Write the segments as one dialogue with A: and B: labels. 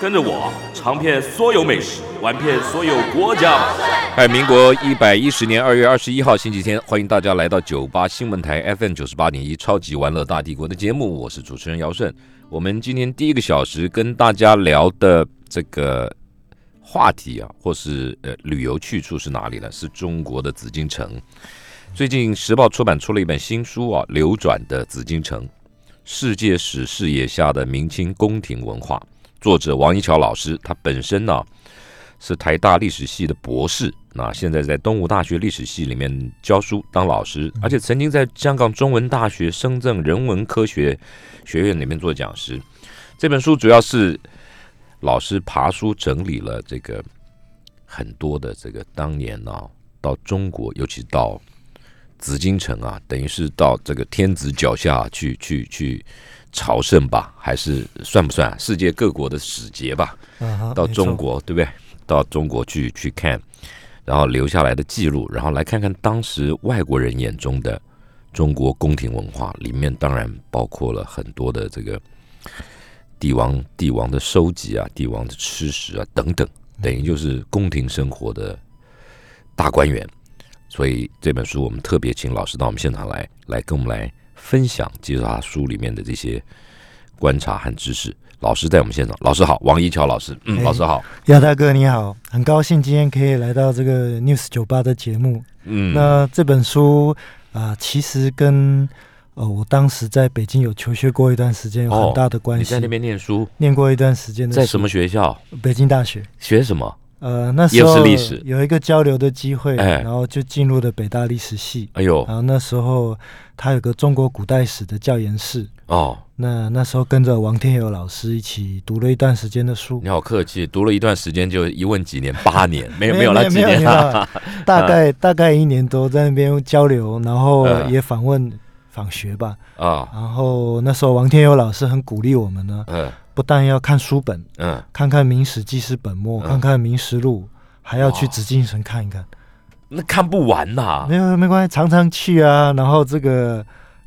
A: 跟着我尝遍所有美食，玩遍所有国家吧。
B: 嗨，民国一百一十年二月二十一号星期天，欢迎大家来到九八新闻台 FM 九十八点一超级玩乐大帝国的节目，我是主持人姚顺。我们今天第一个小时跟大家聊的这个话题啊，或是呃旅游去处是哪里呢？是中国的紫禁城。最近时报出版出了一本新书啊，《流转的紫禁城：世界史视野下的明清宫廷文化》，作者王一桥老师，他本身呢、是台大历史系的博士，那现在在东吴大学历史系里面教书当老师，而
C: 嗯
B: 且曾经在香港中文大学深圳人文科学学院里面做讲师。这本书主要是老师爬书整理了这个很多的这个当年呢、到中国，尤其到紫禁城啊，等于是到这个天子脚下去去去朝圣吧，还是算不算啊世界各国的使节吧？
C: 嗯哼
B: 到
C: 没错
B: 中国，对不对？到中国去去看，然后留下来的记录，然后来看看当时外国人眼中的中国宫廷文化，里面当然包括了很多的这个帝王帝王的收集啊，帝王的吃食啊等等，等于就是宫廷生活的大观园。所以这本书我们特别请老师到我们现场来，来跟我们来分享介绍他书里面的这些观察和知识。老师在我们现场，老师好，王一桥老师，嗯，
C: 哎
B: 老师好，
C: 姚大哥你好，很高兴今天可以来到这个 News 酒吧的节目。
B: 嗯，
C: 那这本书啊、其实跟呃我当时在北京有求学过一段时间有
B: 哦
C: 很大的关
B: 你
C: 系。
B: 在那边念书，
C: 念过一段时间的
B: 在
C: 书
B: 什么学校？
C: 北京大学。
B: 学什么？
C: 呃，那时
B: 又是
C: 候
B: 历史
C: 有一个交流的机会，
B: 哎
C: 然后就进入了北大历史系。
B: 哎呦
C: 然，后那时候他有个中国古代史的教研室，
B: 哦，
C: 那那时候跟着王天友老师一起读了一段时间的书
B: 你，好客气，读了一段时间就一问几年，八年，没有
C: 没
B: 有
C: 有
B: 了
C: 没有
B: 几年
C: 没 有
B: 了，
C: 大概大概一年多在那边交流，然后
B: 嗯
C: 也访问访学吧。
B: 啊，
C: 然后那时候王天友老师很鼓励我们呢，
B: 嗯
C: 不但要看书本，
B: 嗯，
C: 看看《明史纪事本末》，
B: 嗯
C: 看看《明实录》，还要去
B: 哇
C: 紫禁城看一看。
B: 那看不完呐
C: 没，有没关系，常常去啊。然后这个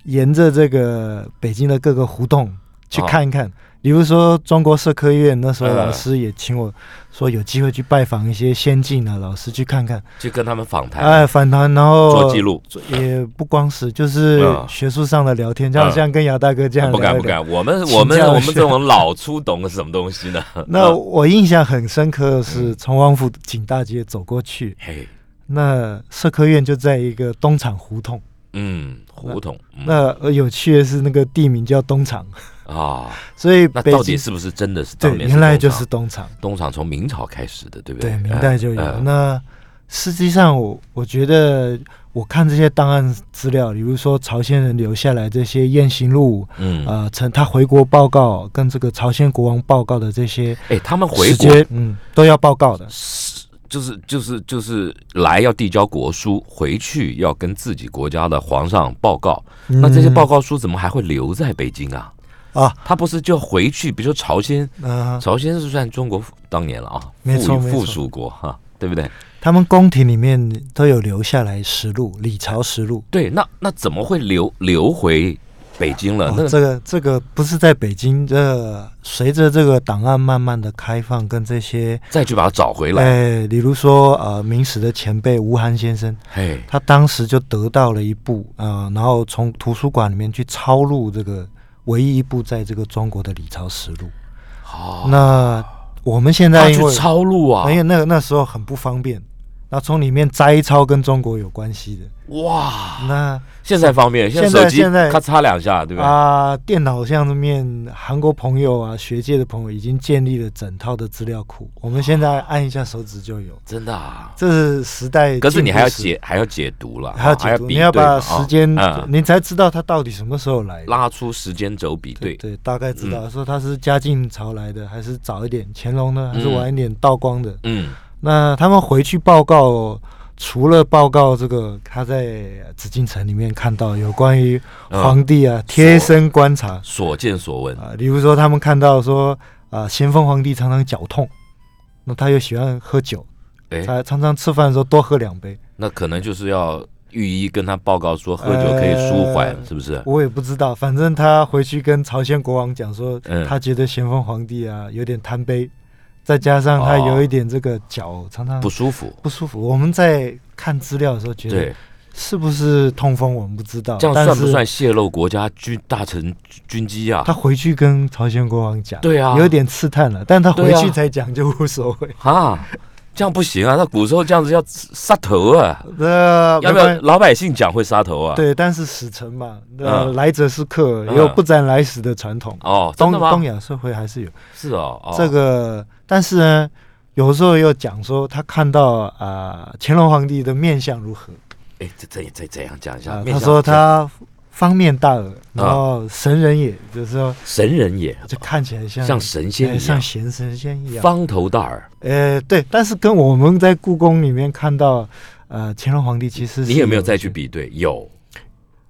C: 沿着这个北京的各个胡同去
B: 啊
C: 看一看，比如说中国社科院那时候
B: 嗯
C: 老师也请我说有机会去拜访一些先进的老师去看看，
B: 就跟他们访谈，
C: 哎，反弹，然后
B: 做记录，
C: 也不光是就是
B: 嗯
C: 学术上的聊天，
B: 嗯
C: 像像跟姚大哥这样
B: 不
C: 聊
B: 敢
C: 一
B: 不
C: 聊。
B: 敢，我们
C: 请
B: 我们
C: 教
B: 我们
C: 学
B: 这种老粗懂什么东西呢？
C: 那我印象很深刻的
B: 嗯
C: 是从王府井大街走过去，
B: 嘿，
C: 那社科院就在一个东厂胡同。
B: 嗯，胡同，嗯
C: 那呃有趣的是那个地名叫东厂，
B: 啊，
C: 所以
B: 那
C: 北
B: 到
C: 京
B: 底是不是真的是
C: 对
B: 当，年
C: 原来就
B: 东
C: 是
B: 厂
C: 东厂，
B: 东厂从明朝开始的，对不
C: 对，
B: 对，
C: 明代就有。
B: 嗯嗯
C: 那实际上我，我觉得我看这些档案资料，比如说朝鲜人留下来这些雁行录，
B: 嗯
C: 呃，曾他回国报告跟这个朝鲜国王报告的这些
B: 哎、他们回
C: 时
B: 国
C: 间，嗯，都要报告的。
B: 是就是就是就是来要递交国书，回去要跟自己国家的皇上报告。那这些报告书怎么还会留在北京啊？
C: 嗯啊，
B: 他不是就回去？比如说朝鲜，
C: 嗯、
B: 朝鲜是算中国附当年了啊，
C: 没错
B: 附
C: 没错
B: 附属国哈、对不对？
C: 他们宫廷里面都有留下来实录，《李朝实录》
B: 对，那那怎么会留留回北京了？啊那
C: 哦，这个这个不是在北京，这个随着这个档案慢慢的开放，跟这些
B: 再去把它找回来，
C: 哎，比如说呃，明史的前辈吴晗先生，
B: 嘿，
C: 他当时就得到了一部呃，然后从图书馆里面去抄录这个唯一一部在这个中国的李朝实录。
B: 哦，
C: 那我们现
B: 他
C: 在因
B: 去
C: 为哎
B: 抄录啊
C: 因，为那个那时候很不方便，那从里面摘抄跟中国有关系的。
B: 哇，
C: 那
B: 现在方便，现在
C: 现在
B: 手机
C: 现在
B: 咔嚓两下，对吧？
C: 啊，电脑上面韩国朋友啊、学界的朋友已经建立了整套的资料库，我们现在按一下手指就有。
B: 真的啊，
C: 这是时代，
B: 可是你还要，解，还要解读了，
C: 还要解
B: 要
C: 读，
B: 比
C: 你要
B: 对嘛
C: 把时间
B: 啊，嗯
C: 你才知道他到底什么时候来的。
B: 拉出时间轴比对。嗯
C: 对，大概知道说他是嘉靖朝来的，还是早一点乾隆呢，还是晚一点道光的？
B: 嗯，
C: 那他们回去报告，除了报告这个他在紫禁城里面看到有关于
B: 嗯
C: 皇帝啊贴身观察
B: 所见所闻，
C: 啊，比如说他们看到说啊，咸丰皇帝常常脚痛，那他又喜欢喝酒，
B: 哎，
C: 他常常吃饭的时候多喝两杯。
B: 那可能就是要御医跟他报告说，喝酒可以舒缓，
C: 呃
B: 是不是？
C: 我也不知道，反正他回去跟朝鲜国王讲说，
B: 嗯
C: 他觉得咸丰皇帝啊有点贪杯，再加上他
B: 哦
C: 有一点这个脚常常
B: 不舒服，
C: 不舒服。我们在看资料的时候觉得
B: 对，
C: 是不是痛风，我们不知道。
B: 这样
C: 但
B: 算不
C: 是
B: 算泄露国家军大臣军机啊
C: 他？回去跟朝鲜国王讲，
B: 对啊，
C: 有点刺探了，但他回
B: 对啊
C: 去才讲就无所谓。
B: 啊，这样不行啊，那古时候这样子要杀头啊，
C: 那
B: 要
C: 没
B: 不要
C: 关系
B: 老百姓讲会杀头啊？，
C: 对，但是使臣嘛，呃，
B: 嗯
C: 来者是客，
B: 嗯
C: 也有不斩来使的传统。
B: 哦，真
C: 东
B: 的
C: 东
B: 吗？
C: 亚社会还是有。
B: 是哦，哦
C: 这个，但是呢，有时候又讲说他看到啊、呃乾隆皇帝的面相如何
B: 哎，这这这这样讲一下
C: 啊、，
B: 面
C: 他
B: 相
C: 说他方面大耳，然后神人也，就是说
B: 神人也
C: 就看起来像
B: 像神仙
C: 哎
B: 一样
C: 像，贤神仙一样。
B: 方头大耳，
C: 呃，对，但是跟我们在故宫里面看到呃乾隆皇帝其实是
B: 你有没有再去？
C: 些
B: 比对？有，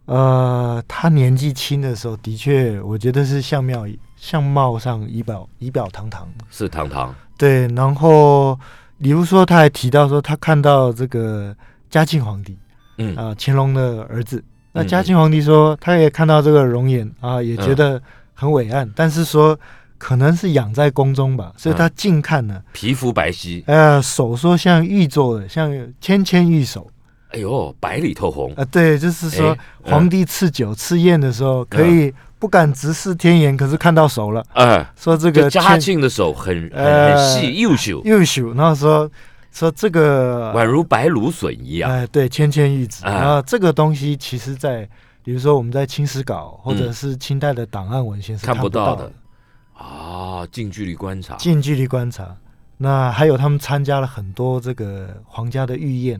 C: 呃，他年纪轻的时候，的确我觉得是相貌相貌上仪表仪表堂堂。
B: 是堂堂，
C: 对，然后比如说他还提到说，他看到这个嘉庆皇帝
B: 嗯
C: 啊、乾隆的儿子。那
B: 嗯
C: 嘉庆皇帝说，他也看到这个容颜啊，也觉
B: 嗯
C: 得很伟岸，但是说可能是养在宫中吧，所以
B: 嗯
C: 他近看呢，
B: 皮肤白皙，
C: 呃，手说像玉做的，像纤纤玉手
B: 哎呦，百里透红
C: 啊、，对，就是说
B: 哎嗯
C: 皇帝赐酒赐宴的时候，可以不敢直视天颜，可是看到手了，
B: 哎，
C: 说呃这
B: 这
C: 个
B: 嘉
C: 纤
B: 庆的手很很
C: 呃
B: 很细又秀，
C: 玉手，然后说说这个
B: 宛如白芦笋一样，
C: 哎，对，纤纤玉指。
B: 哎
C: 然后这个东西其实在，比如说我们在清史稿或者
B: 嗯
C: 是清代的档案文献是
B: 看不
C: 不
B: 到
C: 的
B: 的，啊，近距离观察，
C: 呃近距离观察。那还有他们参加了很多这个皇家的御宴、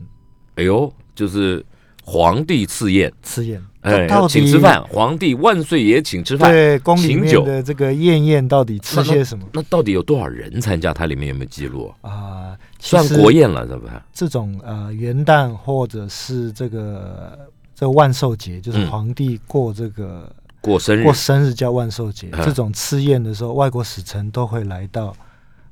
B: 哎呦，就是皇帝赐宴，
C: 赐宴，
B: 哎
C: 到，底
B: 请吃饭，皇帝万岁爷请吃饭。
C: 对宫里
B: 醒
C: 面
B: 酒
C: 的这个宴宴到底吃
B: 那那
C: 些什么
B: 那到底有多少人参加？它里面有没有记录？
C: 啊？其
B: 算
C: 实
B: 国宴了，是不是？
C: 这种呃元旦或者是这个这个万寿节，就是
B: 嗯
C: 皇帝过这个
B: 过生日
C: 过生日叫万寿节，
B: 嗯
C: 这种吃宴的时候，外国使臣都会来到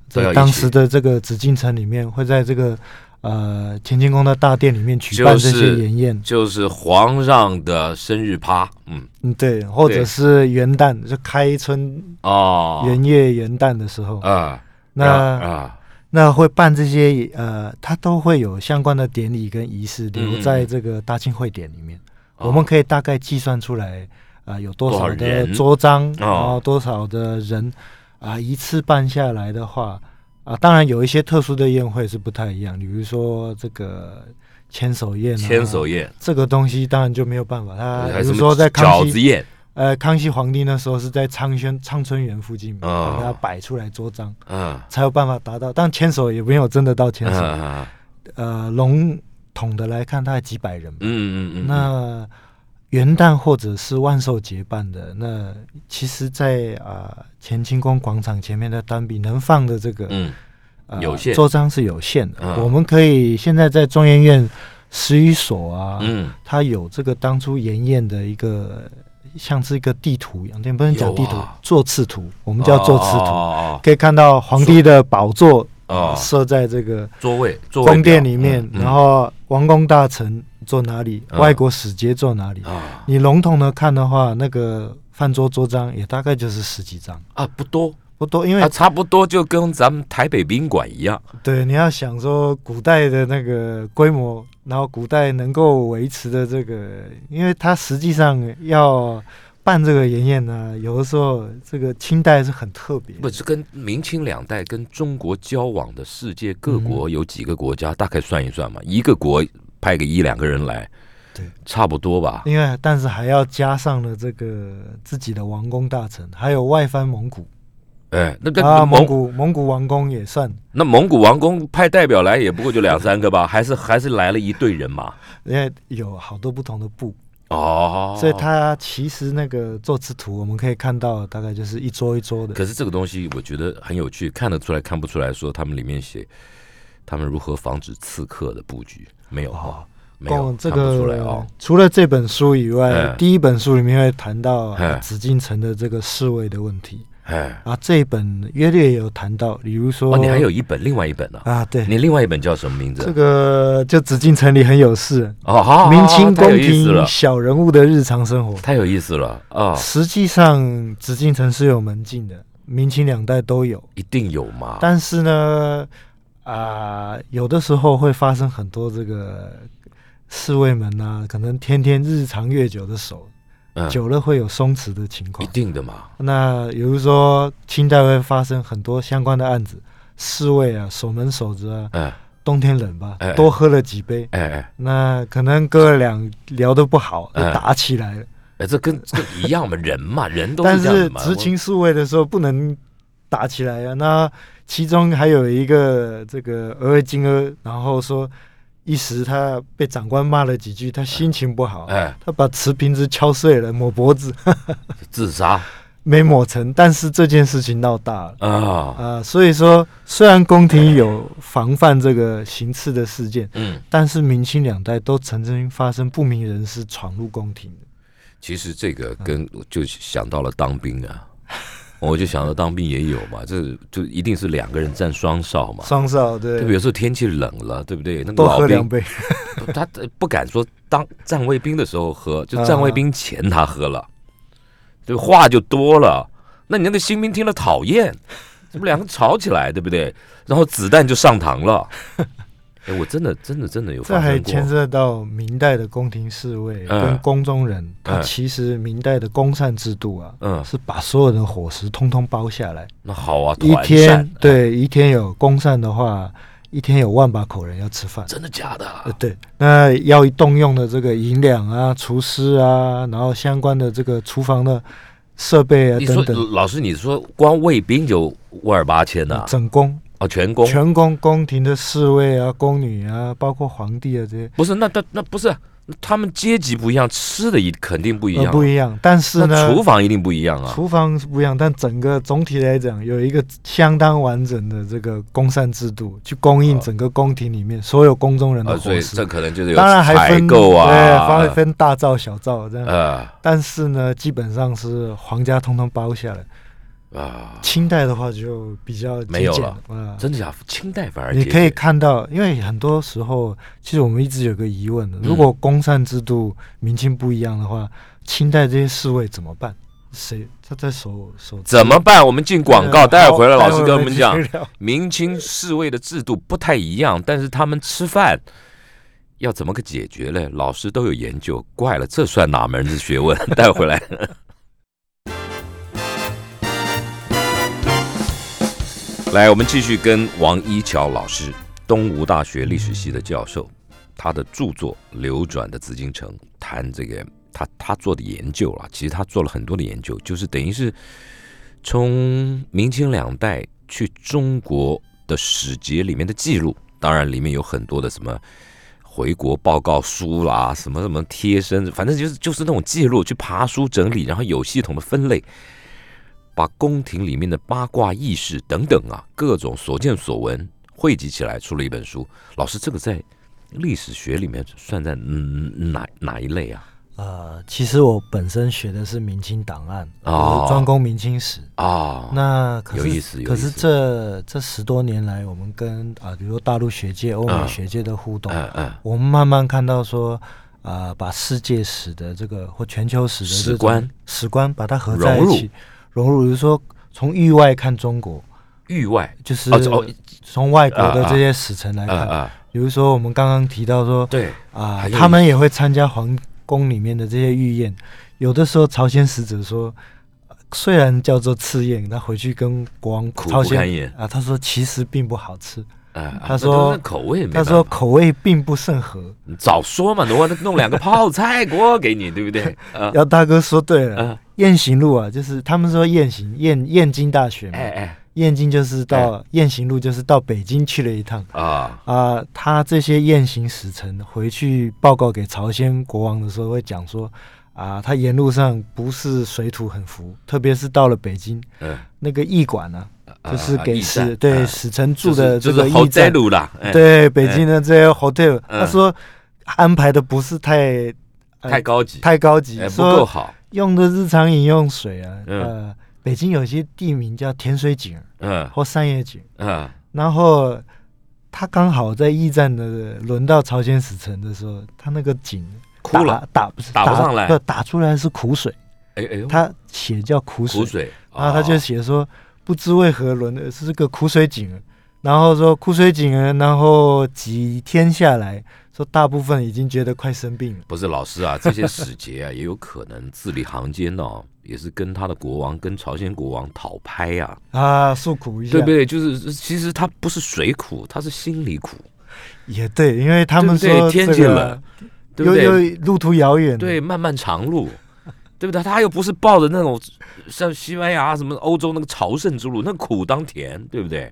C: 这
B: 都要一
C: 个
B: 起
C: 当时的这个紫禁城里面，会在这个呃乾清宫的大殿里面举办
B: 就
C: 这
B: 是
C: 些筵宴，
B: 就是皇上的生日趴，嗯，
C: 嗯，对，或者
B: 对
C: 是元旦，就开春、
B: 哦，
C: 元月、元旦的时候，
B: 啊，
C: 那、
B: 啊，
C: 那会办这些呃，他都会有相关的典礼跟仪式留在这个大清会典里面，我们
B: 哦
C: 可以大概计算出来。啊，有多
B: 多少
C: 少的
B: 人
C: 桌张，
B: 哦
C: 然后多少的人，啊，一次办下来的话，啊，当然有一些特殊的宴会是不太一样，比如说这个牵手宴、啊，
B: 牵手宴，
C: 这个东西当然就没啊有办法。他
B: 还
C: 比
B: 有
C: 如
B: 什
C: 说
B: 么
C: 在康
B: 饺子
C: 熙，
B: 宴，
C: 呃，康熙皇帝那时候是在昌宣昌春园附近，
B: 哦
C: 给他摆出来桌张，
B: 嗯，
C: 才有办法达到。但牵手也没有真的到牵手，
B: 嗯
C: 呃，笼统的来看，大概几百人吧。
B: 嗯嗯，
C: 那元旦或者是万寿节办的，那其实在，啊乾清宫广场前面的单笔能放的这个、
B: 嗯
C: 呃
B: 有限
C: 桌张是有限的。
B: 嗯
C: 我们可以现在在中研院十余所啊，
B: 嗯，
C: 它有这个当初研宴的一个像是一个地图一样，但不能讲地图
B: 有啊，哦
C: 座次图，我们叫座次图。
B: 图，
C: 可以看到皇帝的宝座
B: 哦
C: 设在这个
B: 座位座位
C: 宫殿里面，
B: 嗯嗯
C: 然后王公大臣坐哪里，
B: 嗯
C: 外国使节坐哪里。
B: 啊
C: 你笼统的看的话，那个饭桌桌章也大概就是十几张，
B: 啊不多，
C: 不多。因为、
B: 它差不多就跟咱们台北宾馆一样，
C: 对你要想说古代的那个规模，然后古代能够维持的这个，因为它实际上要办这个筵宴呢，有的时候这个清代是很特别的，
B: 不是跟明清两代跟中国交往的世界各国有几个国家，大概算一算嘛，一个国派个一两个人来，
C: 对，
B: 差不多吧。
C: 因为但是还要加上了这个自己的王公大臣，还有外藩蒙古
B: 哎，那
C: 啊，
B: 那
C: 蒙
B: 蒙
C: 古蒙古王公也算，
B: 那蒙古王公派代表来也不过就两三个吧，还是还是来了一队人马。
C: 因为有好多不同的部，
B: 哦，
C: 所以它其实那个坐姿图我们可以看到，大概就是一桌一桌的。
B: 可是这个东西我觉得很有趣，看得出来看不出来说他们里面写他们如何防止刺客的布局没有哈、没有
C: 哦，这
B: 看不出来
C: 个
B: 哦。
C: 除了这本书以外
B: 嗯，
C: 第一本书里面会谈到
B: 嗯
C: 紫禁城的这个侍卫的问题，
B: 哎，
C: 啊，这一本约略也有谈到，比如说
B: 哦，你还有一本，另外一本呢、
C: 啊，对，
B: 你另外一本叫什么名字？
C: 这个就紫禁城里很有事，
B: 哦，好，
C: 明清
B: 太有
C: 宫
B: 意思
C: 廷
B: 了，
C: 小人物的日常生活。
B: 太有意思了啊、
C: 实际上，紫禁城是有门禁的，明清两代都有。
B: 一定有嘛？
C: 但是呢，啊、有的时候会发生很多这个侍卫们啊，可能天天日常越久的手，
B: 嗯，哎
C: 久了会有松弛的情
B: 一
C: 况。
B: 定的嘛。
C: 那比如说，清代会发生很多相关的案子，侍卫啊，守门守着啊，
B: 嗯，
C: 冬天冷吧
B: 哎哎，
C: 多喝了几杯，
B: 哎哎
C: 那可能哥俩聊得不好，就
B: 哎
C: 打起来了。
B: 哎，这跟这一样嘛，人嘛，人都
C: 但
B: 这样
C: 是
B: 子嘛。
C: 执勤侍卫的时候不能打起来啊。那其中还有一个这个额尔金额，然后说一时他被长官骂了几句，他心情不好
B: 我，哎，
C: 他把瓷瓶子敲碎了，抹脖子
B: 自杀啊、
C: 没抹成，但是这件事情闹大了。
B: 哦
C: 啊、所以说，虽然宫廷有防范这个行刺的事件，
B: 嗯，
C: 但是明清两代都曾经发生不明人士闯入宫廷的。
B: 其实这个
C: 嗯
B: 跟就想到了当兵 啊，我就想到当兵也有嘛，这就一定是两个人站双哨嘛。
C: 双少
B: 对
C: 对，
B: 不对？有时候天气冷了，对不对？那个
C: 多
B: 老
C: 喝两
B: 兵
C: 杯，
B: 他不敢说当站卫兵的时候喝，
C: 啊
B: 就站卫兵前他喝了，对吧话就多了。那你那个新兵听了讨厌，这不两个吵起来，对不对？然后子弹就上膛了。 哎，我真的真的真的有
C: 这
B: 发
C: 还
B: 生过
C: 牵涉到明代的宫廷侍卫
B: 嗯
C: 跟宫中人，他
B: 嗯
C: 其实明代的公膳制度啊，
B: 嗯
C: 是把所有的伙食通通包下来，
B: 那好啊，
C: 一
B: 团
C: 天
B: 膳，
C: 对一天有公膳的话，一天有万把口人要吃饭。
B: 真的假的啊？
C: 呃，对，那要动用的这个银两啊、厨师啊，然后相关的这个厨房的设备啊
B: 你
C: 等
B: 说
C: 等，
B: 老师，你说光卫兵就万儿八千呐、
C: 整宫、
B: 哦，全工
C: 嗯全宫宫廷的侍卫啊、宫女啊，包括皇帝啊这些，
B: 不是？那那那不是，他们阶级不一样，吃的一肯定不一样
C: 呃
B: 啊，
C: 不一样。但是呢，
B: 那厨房一定不一样啊。
C: 厨房是不一样，但整个总体来讲，有一个相当完整的这个公膳制度，去供应整个宫廷里面所有宫中人
B: 啊，
C: 的
B: 所
C: 伙
B: 以
C: 食。
B: 这可能就是有
C: 当然还
B: 采
C: 分
B: 购啊，
C: 对，还分大灶、小灶这样。
B: 呃
C: 但是呢，基本上是皇家通通包下来。
B: 啊，
C: 清代的话就比较
B: 没有
C: 节俭
B: 了
C: 啊。
B: 真的假的？清代反而
C: 你
B: 节
C: 可以
B: 俭
C: 看到，因为很多时候，其实我们一直有个疑问
B: 嗯
C: 的：如果公膳制度明清不一样的话，清代这些侍卫怎么办？谁他在守守
B: 怎么办？我们进广告，
C: 嗯啊好
B: 待会儿回来老师
C: 待会儿
B: 跟我们讲
C: 继续，聊
B: 明清侍卫的制度不太一样，但是他们吃饭要怎么个解决嘞？老师都有研究，怪了，这算哪门子学问？待会儿回来。来，我们继续跟王一桥老师，东吴大学历史系的教授，他的著作《流转的紫禁城》谈这个他他做的研究啊，其实他做了很多的研究，就是等于是从明清两代去中国的史节里面的记录，当然里面有很多的什么回国报告书啦，什么什么贴身，反正就是就是那种记录，去爬书整理，然后有系统的分类，把宫廷里面的八卦轶事等等啊，各种所见所闻汇集起来，出了一本书。老师，这个在历史学里面算在嗯哪哪一类啊？
C: 呃，其实我本身学的是明清档案，
B: 哦
C: 我专攻明清史。
B: 啊，
C: 那可是
B: 有意思有意思
C: 可是这这十多年来，我们跟啊、比如说大陆学界、欧美
B: 嗯
C: 学界的互动，
B: 嗯嗯，
C: 我们慢慢看到说，呃，把世界史的这个或全球史的
B: 史
C: 这种
B: 观
C: 史观把它合在
B: 融入
C: 一起，融入，比如说从域外看中国，
B: 域外
C: 就是
B: 哦哦
C: 从外国的
B: 啊啊
C: 这些史臣来
B: 啊
C: 看，
B: 啊，
C: 比如说我们刚刚提到说，
B: 对，
C: 啊
B: 还，有
C: 他们也会参加皇宫里面的这些御宴，有的时候朝鲜使者说，呃虽然叫做刺燕，他回去跟国王
B: 苦
C: 朝
B: 不堪
C: 鲜
B: 言
C: 啊，他说其实并不好吃，
B: 哎啊
C: 他
B: 那
C: 说
B: 那口味没办
C: 他说
B: 法
C: 口味并不甚合。
B: 你早说嘛，我弄两个泡菜锅给你，对不 对？啊，
C: 姚大哥说对了
B: 嗯，
C: 雁行路啊，就是他们说雁行燕燕京大学嘛
B: 哎， 哎
C: 燕京就是到雁行路就是到北京去了一趟。
B: 啊，
C: 啊、他这些雁行使臣回去报告给朝鲜国王的时候，会讲说，啊、他沿路上不是水土很服，特别是到了北京
B: 嗯，
C: 那个驿馆呢、
B: 啊
C: 就是给
B: 驿
C: 使、
B: 站
C: 对、
B: 啊
C: 使臣住
B: 就
C: 的
B: 是
C: 这
B: 就
C: 个
B: 是
C: 驿
B: 豪宅
C: 站，
B: 路啦，哎，
C: 对北京的这些 hotel，、
B: 嗯
C: 他说安排的不是太、呃
B: 太高级，
C: 太高级，
B: 哎不够
C: 说
B: 好，
C: 用的日常饮用水啊，
B: 嗯
C: 呃，北京有些地名叫甜水井
B: 嗯
C: 或三野井。
B: 嗯
C: 然后他刚好在驿站的轮到朝鲜使臣的时候，他那个井
B: 哭了，
C: 打打不是
B: 打不上来
C: 不打出来是苦水，
B: 哎哎呦，
C: 他写叫苦水，
B: 苦水，
C: 然后他就
B: 哦
C: 写说不知为何轮的是个苦水井，然后说苦水井，然后几天下来说大部分已经觉得快生病了，
B: 不是老师 啊，这些使节啊，也有可能字里行间哦，也是跟他的国王、跟朝鲜国王讨拍呀、啊，
C: 啊，诉苦一下，
B: 对不对？就是其实他不是水苦，他是心里苦，
C: 也对，因为他们
B: 对不
C: 说
B: 对天
C: 这
B: 气
C: 个
B: 冷对不
C: 又
B: 对？
C: 又路途遥远，
B: 对，，漫漫长路， 对不对？他又不是抱着那种像西班牙啊什么欧洲那个朝圣之路，那苦当甜，对不对？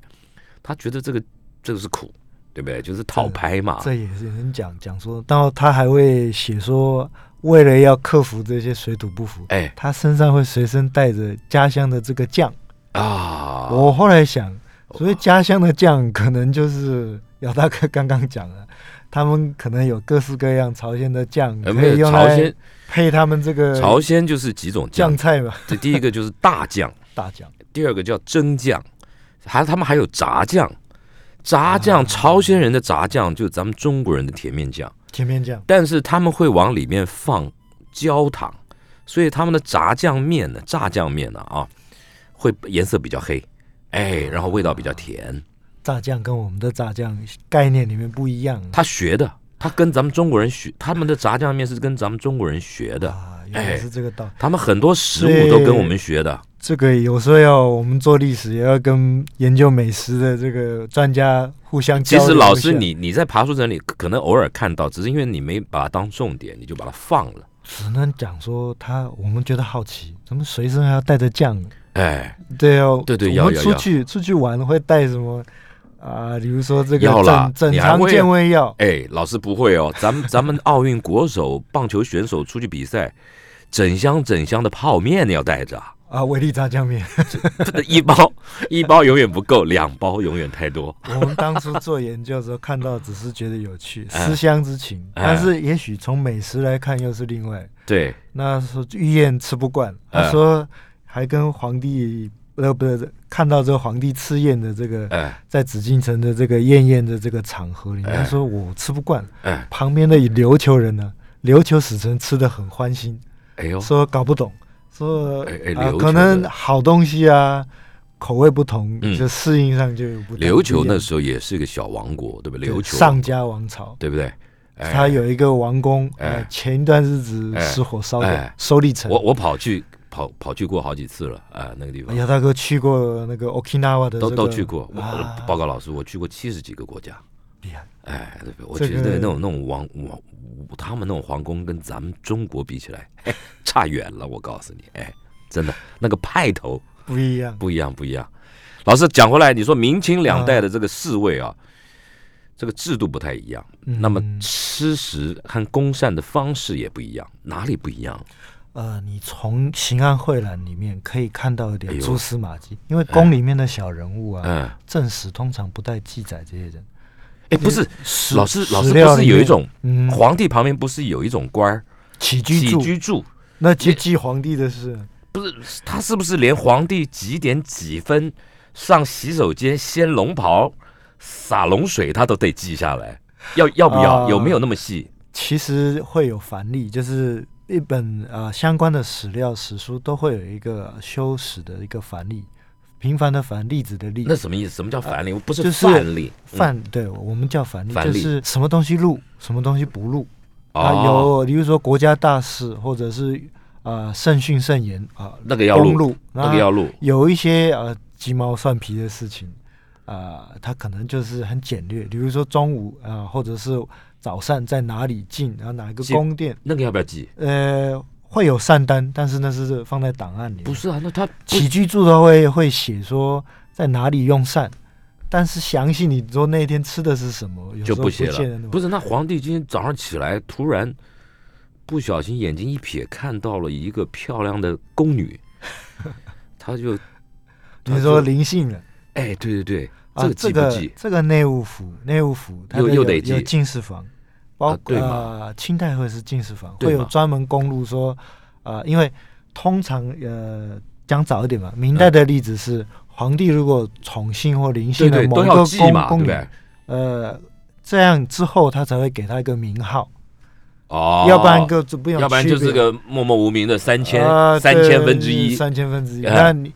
B: 他觉得这个这个是苦，对不对？就是讨拍嘛，
C: 这也是人讲讲说，然后他还会写说，为了要克服这些水土不服，
B: 哎
C: 他身上会随身带着家乡的这个酱。
B: 啊，
C: 我后来想，所谓家乡的酱，可能就是姚大哥刚刚讲的，他们可能有各式各样朝鲜的酱，
B: 呃
C: 可
B: 没
C: 以
B: 有
C: 用
B: 朝
C: 来
B: 鲜
C: 配他们这个
B: 朝鲜就是几种酱
C: 酱，菜吧，
B: 这第一个就是大酱。
C: 大酱。
B: 第二个叫蒸酱，还他们还有炸酱，炸酱、朝鲜人的炸酱就是咱们中国人的甜面酱，
C: 甜面酱
B: 但是他们会往里面放焦糖，所以他们的炸酱面呢，炸酱面呢啊，会颜色比较黑，哎，然后味道比较甜。
C: 炸酱跟我们的炸酱概念里面不一样
B: 他学的，他跟咱们中国人学，他们的炸酱面是跟咱们中国人学的，
C: 啊，原来
B: 哎
C: 是这个道理。
B: 他们很多食物都跟我们学的。
C: 这个有时候要我们做历史，也要跟研究美食的这个专家互相交
B: 其
C: 流一下。
B: 实老师你你在爬书整里可可能偶尔看到，只是因为你没把它当重点，你就把它放了。
C: 只能讲说他，我们觉得好奇，怎么随身还要带着酱？
B: 哎，
C: 对哦，
B: 对对
C: 我
B: 要
C: 们
B: 要
C: 出
B: 要
C: 去出去玩会带什么啊、比如说这个
B: 要啦
C: 整整
B: 你还
C: 肠
B: 会
C: 健胃药，
B: 哎，老师不会哦，咱们咱们奥运国手棒球选手出去比赛，整箱整箱的泡面要带着啊，
C: 啊，维力炸酱面。
B: 一 包一包永远不够，两包永远太多。
C: 我们当初做研究的时候看到，只是觉得 有趣，
B: 哎
C: 思乡之情。
B: 哎
C: 但是也许从美食来看，又是另外。
B: 对，
C: 那时候玉燕吃不惯，
B: 嗯
C: 他说还跟皇帝呃不是看到这个皇帝吃燕的这个
B: 哎
C: 在紫禁城的这个宴宴的这个场合里面，
B: 哎
C: 他说我吃不惯。
B: 哎
C: 旁边的琉球人呢，琉球使臣吃的很欢心，
B: 哎呦，
C: 说搞不懂，说
B: 哎哎
C: 啊
B: 琉球
C: 可能
B: 的
C: 好东西啊口味不同，
B: 嗯
C: 就适应上就有不同。
B: 琉球那
C: 是
B: 时候也是个小王国，对不对？琉球
C: 上家王朝。
B: 对不对？哎
C: 他有一个王宫，呃
B: 哎
C: 前一段日子
B: 哎
C: 失火烧掉，
B: 哎
C: 首里城。
B: 我我跑去跑跑去过好几次了啊，那个地方。
C: 姚哎大哥去过那个 Okinawa 的、这
B: 都
C: 个，
B: 都去过。我
C: 啊
B: 我报告老师，我去过七十几个国家。
C: 厉害！
B: 哎，对我
C: 这
B: 觉得
C: 个
B: 那种那种王王，他们那种皇宫跟咱们中国比起来，嘿差远了。我告诉你，哎，真的那个派头
C: 不一样。
B: 不一样，不一样。老师讲回来，你说明清两代的这个侍卫啊，这个制度不太一样，
C: 嗯
B: 那么吃食和公膳的方式也不一样，哪里不一样？
C: 呃，你从《刑案会览》里面可以看到一
B: 哎
C: 点
B: 呦哎
C: 蛛丝马迹，因为宫里面的小人物啊，
B: 嗯，
C: 正史通常不带记载这些人。
B: 哎，不是，
C: 史
B: 老师
C: 史
B: 老师
C: 料
B: 不是
C: 里面
B: 有一种
C: 嗯
B: 皇帝旁边不是有一种官儿
C: 起居
B: 哦起
C: 注，
B: 居住？
C: 那就记皇帝的事。
B: 不是他是不是连皇帝几点几分上洗手间掀龙袍洒龙水，他都得记下来？要要不要？
C: 啊
B: 有没有那么细？
C: 其实会有反例，就是一本呃相关的史料史书都会有一个修史的一个反例，平凡的凡，例子的例。
B: 那什么意思？什么叫反例？不是
C: 就是
B: 范例，嗯
C: 范对我们叫反例，
B: 反
C: 就
B: 例
C: 是什么东西录，什么东西不录。啊，
B: 哦
C: 有比如说国家大事，或者是啊、呃善训善言啊、
B: 那个要
C: 公
B: 录，
C: 路，啊
B: 那个要录，
C: 有一些呃鸡毛蒜皮的事情，啊、它可能就是很简略，比如说中午啊、或者是早上在哪里进，然后哪个
B: 是
C: 宫殿，
B: 那个要不要记？
C: 呃，会有善单，但是那是放在档案里。
B: 不是啊，那他不
C: 起居注的会会写说在哪里用膳，但是详细你说那天吃的是什么，有时
B: 就
C: 候
B: 不写
C: 见得
B: 了
C: 那。么
B: 不是，那皇帝今天早上起来突然不小心眼睛一瞥，看到了一个漂亮的宫 女，他就
C: 你说灵性了。
B: 哎，对对对，
C: 啊
B: 个，
C: 这
B: 记不
C: 个
B: 记？
C: 这个内务府，内务府它
B: 又
C: 的
B: 又
C: 有
B: 得
C: 有
B: 记
C: 进士房，包
B: 啊对嘛
C: 呃清代会是进士房，
B: 对
C: 会有
B: 嘛
C: 专门公路说，呃，因为通常呃讲早一点
B: 嗯
C: 嘛，明代的例子是、皇帝如果宠幸或临
B: 对
C: 幸
B: 对，
C: 了某
B: 都
C: 一
B: 要
C: 个
B: 记
C: 宫
B: 嘛，对
C: 宫
B: 不
C: 女
B: 对，？
C: 呃，这样之后他才会给他一个名号，
B: 哦，
C: 要不然个就不用区别，
B: 要不然就是个默默无名的三千
C: 啊
B: 三
C: 对
B: 千分之一，
C: 三千分之一。
B: 哎
C: 那你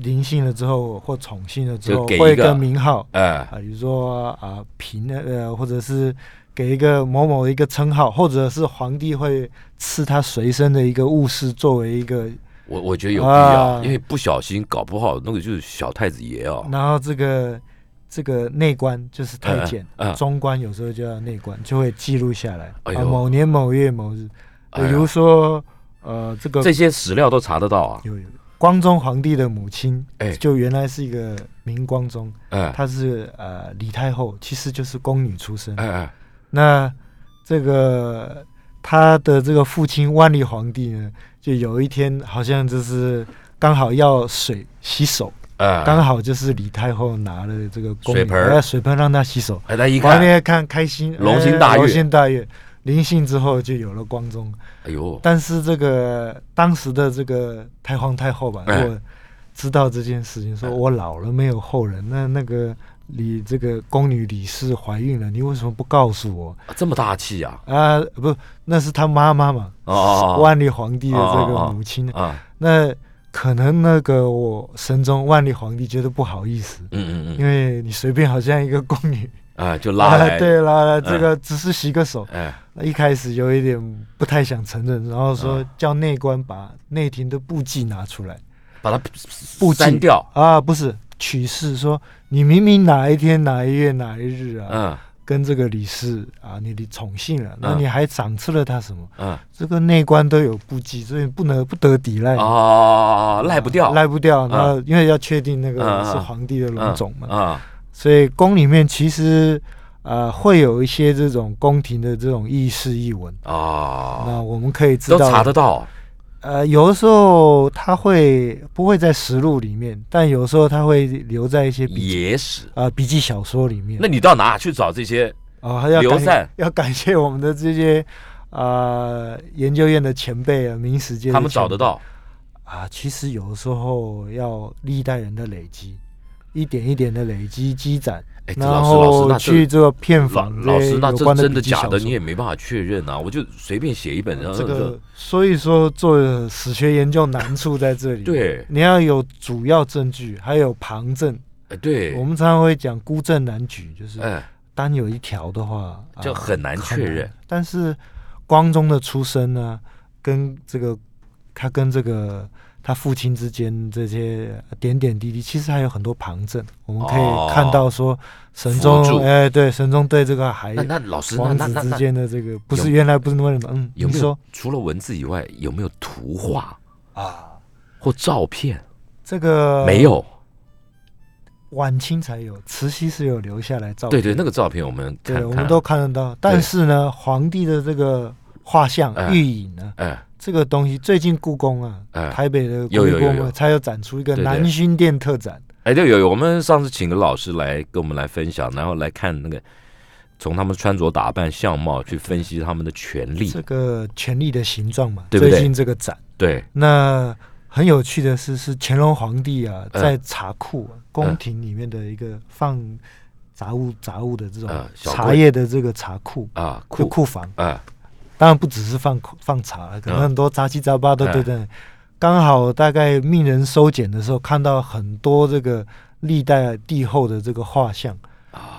C: 临幸了之后或宠幸了之
B: 就
C: 后，
B: 给
C: 会
B: 一个
C: 个名号。
B: 哎，
C: 啊，比如说啊平呃，或者是给一个某某一个称号，或者是皇帝会赐他随身的一个物事作为一个，
B: 我我觉得有必要，
C: 啊
B: 因为不小心搞不好那个就是小太子爷哦，
C: 然后这个这个内官就是太监，
B: 嗯嗯嗯
C: 中官有时候就叫内官，就会记录下来、
B: 哎呦
C: 啊某年某月某日，
B: 哎
C: 比
B: 呀
C: 如说、呃这个
B: 这些史料都查得到啊，
C: 有有光宗皇帝的母亲，
B: 哎
C: 就原来是一个明光宗，
B: 哎
C: 她是呃李太后，其实就是宫女出身，
B: 哎哎，
C: 那这个他的这个父亲万历皇帝呢，就有一天好像就是刚好要水洗手，
B: 哎
C: 刚好就是李太后拿了这个宫女
B: 水盆儿
C: 哎水盆让他洗手，
B: 哎，他一
C: 旁
B: 看，
C: 边看开心，哎
B: 龙心大悦
C: 龙心大悦。临幸之后就有了光宗，
B: 哎呦，
C: 但是这个当时的这个太皇太后吧，
B: 哎
C: 如果知道这件事情，说我老了没有后人，那那个李这个宫女李氏怀孕了，你为什么不告诉我？
B: 这么大气啊，
C: 啊，不，那是他妈妈嘛，
B: 哦哦哦
C: 万历皇帝的这
B: 哦哦
C: 个
B: 哦
C: 母亲。
B: 啊，
C: 那可能那个我神宗万历皇帝觉得不好意思，
B: 嗯嗯
C: 因
B: 嗯，
C: 为你随便好像一个宫女
B: 哎，就拉
C: 啊
B: 来，
C: 对拉来这
B: 嗯
C: 个只是洗个手，
B: 哎，
C: 一开始有一点不太想承认，然后说
B: 嗯
C: 叫内官把内廷的簿记拿出来
B: 把它
C: 布置
B: 删掉，
C: 啊，不是取士说你明明哪一天哪一月哪一日啊，
B: 嗯
C: 跟这个李氏啊你你宠幸了，那
B: 嗯
C: 你还赏赐了他什么？
B: 嗯，
C: 这个内官都有布计，所以不能不得抵赖，
B: 哦，赖不掉，
C: 哎赖不掉。那、
B: 嗯
C: 因为要确定那个
B: 嗯嗯
C: 是皇帝的龙种嘛，
B: 啊，
C: 所以宫里面其实呃会有一些这种宫廷的这种议事议文。
B: 嗯啊，
C: 那我们可以知
B: 都
C: 道，
B: 查得到，
C: 呃，有的时候他会不会在实录里面，但有时候他会留在一些笔记
B: 野史。
C: 啊、笔记小说里面。
B: 那你到哪去找这些？
C: 啊、还要
B: 刘
C: 感
B: 禅
C: 要感谢我们的这些呃研究院的前辈啊，明史界的
B: 他们找
C: 前
B: 得
C: 辈
B: 到
C: 啊，其实有时候要历代人的累积，一点一点的累积积攒，
B: 哎这老
C: 然
B: 师老师那
C: 后
B: 这
C: 去这个片
B: 老
C: 坊
B: 老师，那
C: 有
B: 这
C: 关
B: 真
C: 笔
B: 的
C: 记
B: 假
C: 小
B: 的
C: 说
B: 你也没办法确认啊！我就随便写一本，然后
C: 这个，所以说做史学研究难处在这 里。，
B: 对，
C: 你要有主要证据，还有旁证。
B: 哎对
C: 我，们常常会讲孤证难举，就是
B: 哎，
C: 单有一条的话，啊
B: 就很难确认。
C: 但是光宗的出身呢，跟这个他跟这个他父亲之间这些点点滴滴，其实还有很多旁证，我们可
B: 哦
C: 以看到说神宗
B: 辅助
C: 哎、对神宗对这个孩
B: 那那老师，那
C: 哎王
B: 那
C: 子
B: 那
C: 之
B: 那
C: 间的这个不
B: 有
C: 是原来不是那么认同嗯，
B: 有
C: 你
B: 没有
C: 说
B: 除了文字以外，有没有图画
C: 啊，
B: 或照片？
C: 这个
B: 没，有，
C: 晚清才有，慈禧是有留下来照
B: 对
C: 片，
B: 对，那个照片我们看
C: 对，我们
B: 看
C: 都看得到，但是呢，皇帝的这个画像
B: 哎
C: 玉影呢。
B: 哎，
C: 这个东西最近故宫啊，
B: 哎
C: 台北的故
B: 有有有有
C: 宫啊，它有展出一个
B: 对对
C: 南薰殿特展。
B: 哎，对，有有，我们上次请个老师来跟我们来分享，然后来看那个从他们穿着打扮、相貌去分析他们的权利
C: 这。个权力的形状嘛，
B: 对不对
C: 最近这个展，
B: 对，
C: 那很有趣的是，是乾隆皇帝啊，
B: 嗯
C: 在茶库、啊、宫廷里面的一个放杂物杂物的这种
B: 啊小柜
C: 茶叶的这个茶库。
B: 啊，
C: 就
B: 酷
C: 库房，
B: 啊，
C: 当然不只是放放茶了，可能
B: 嗯
C: 很多杂七杂八都
B: 哎
C: 对对。刚好大概命人收捡的时候，看到很多这个历代帝后的这个
B: 啊
C: 画像。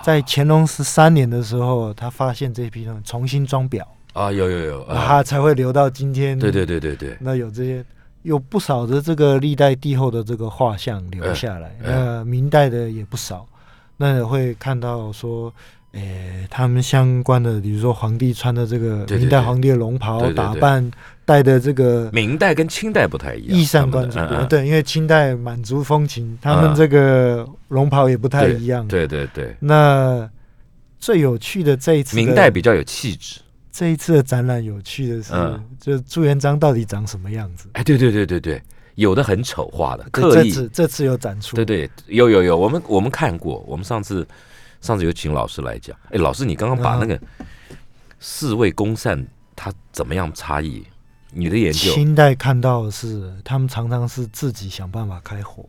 C: 在乾隆十三年的时候，他发现这批东西重新装裱，
B: 啊、啊，有有有
C: 那
B: 啊，
C: 它才会留到今天。
B: 对对对对对，
C: 那有这些有不少的这个历代帝后的这个画像留下来，
B: 哎哎
C: 那明代的也不少，那也会看到说。诶，他们相关的，比如说皇帝穿的这个
B: 对对
C: 明代皇帝的龙袍
B: 对对对
C: 打扮，戴的这个
B: 明代跟清代不太一样，
C: 衣衫
B: 他们
C: 冠
B: 的
C: 楚
B: 嗯嗯，
C: 对，因为清代满族风情，他
B: 嗯
C: 们这个龙袍也不太一样。
B: 啊对对对，
C: 那最有趣的这一次的
B: 明代比较有气质，
C: 这一次的展览有趣的是
B: 嗯，
C: 就是朱元璋到底长什么样子？
B: 哎，对对对对对，有的很丑化的，
C: 对
B: 刻
C: 这
B: 意，
C: 次这次有展出，
B: 对对，有有有，我们我们看过，我们上次上次有请老师来讲，哎，老师你刚刚把
C: 嗯
B: 那个四位公扇它怎么样差异，你的研究
C: 清代看到的是，他们常常是自己想办法开火，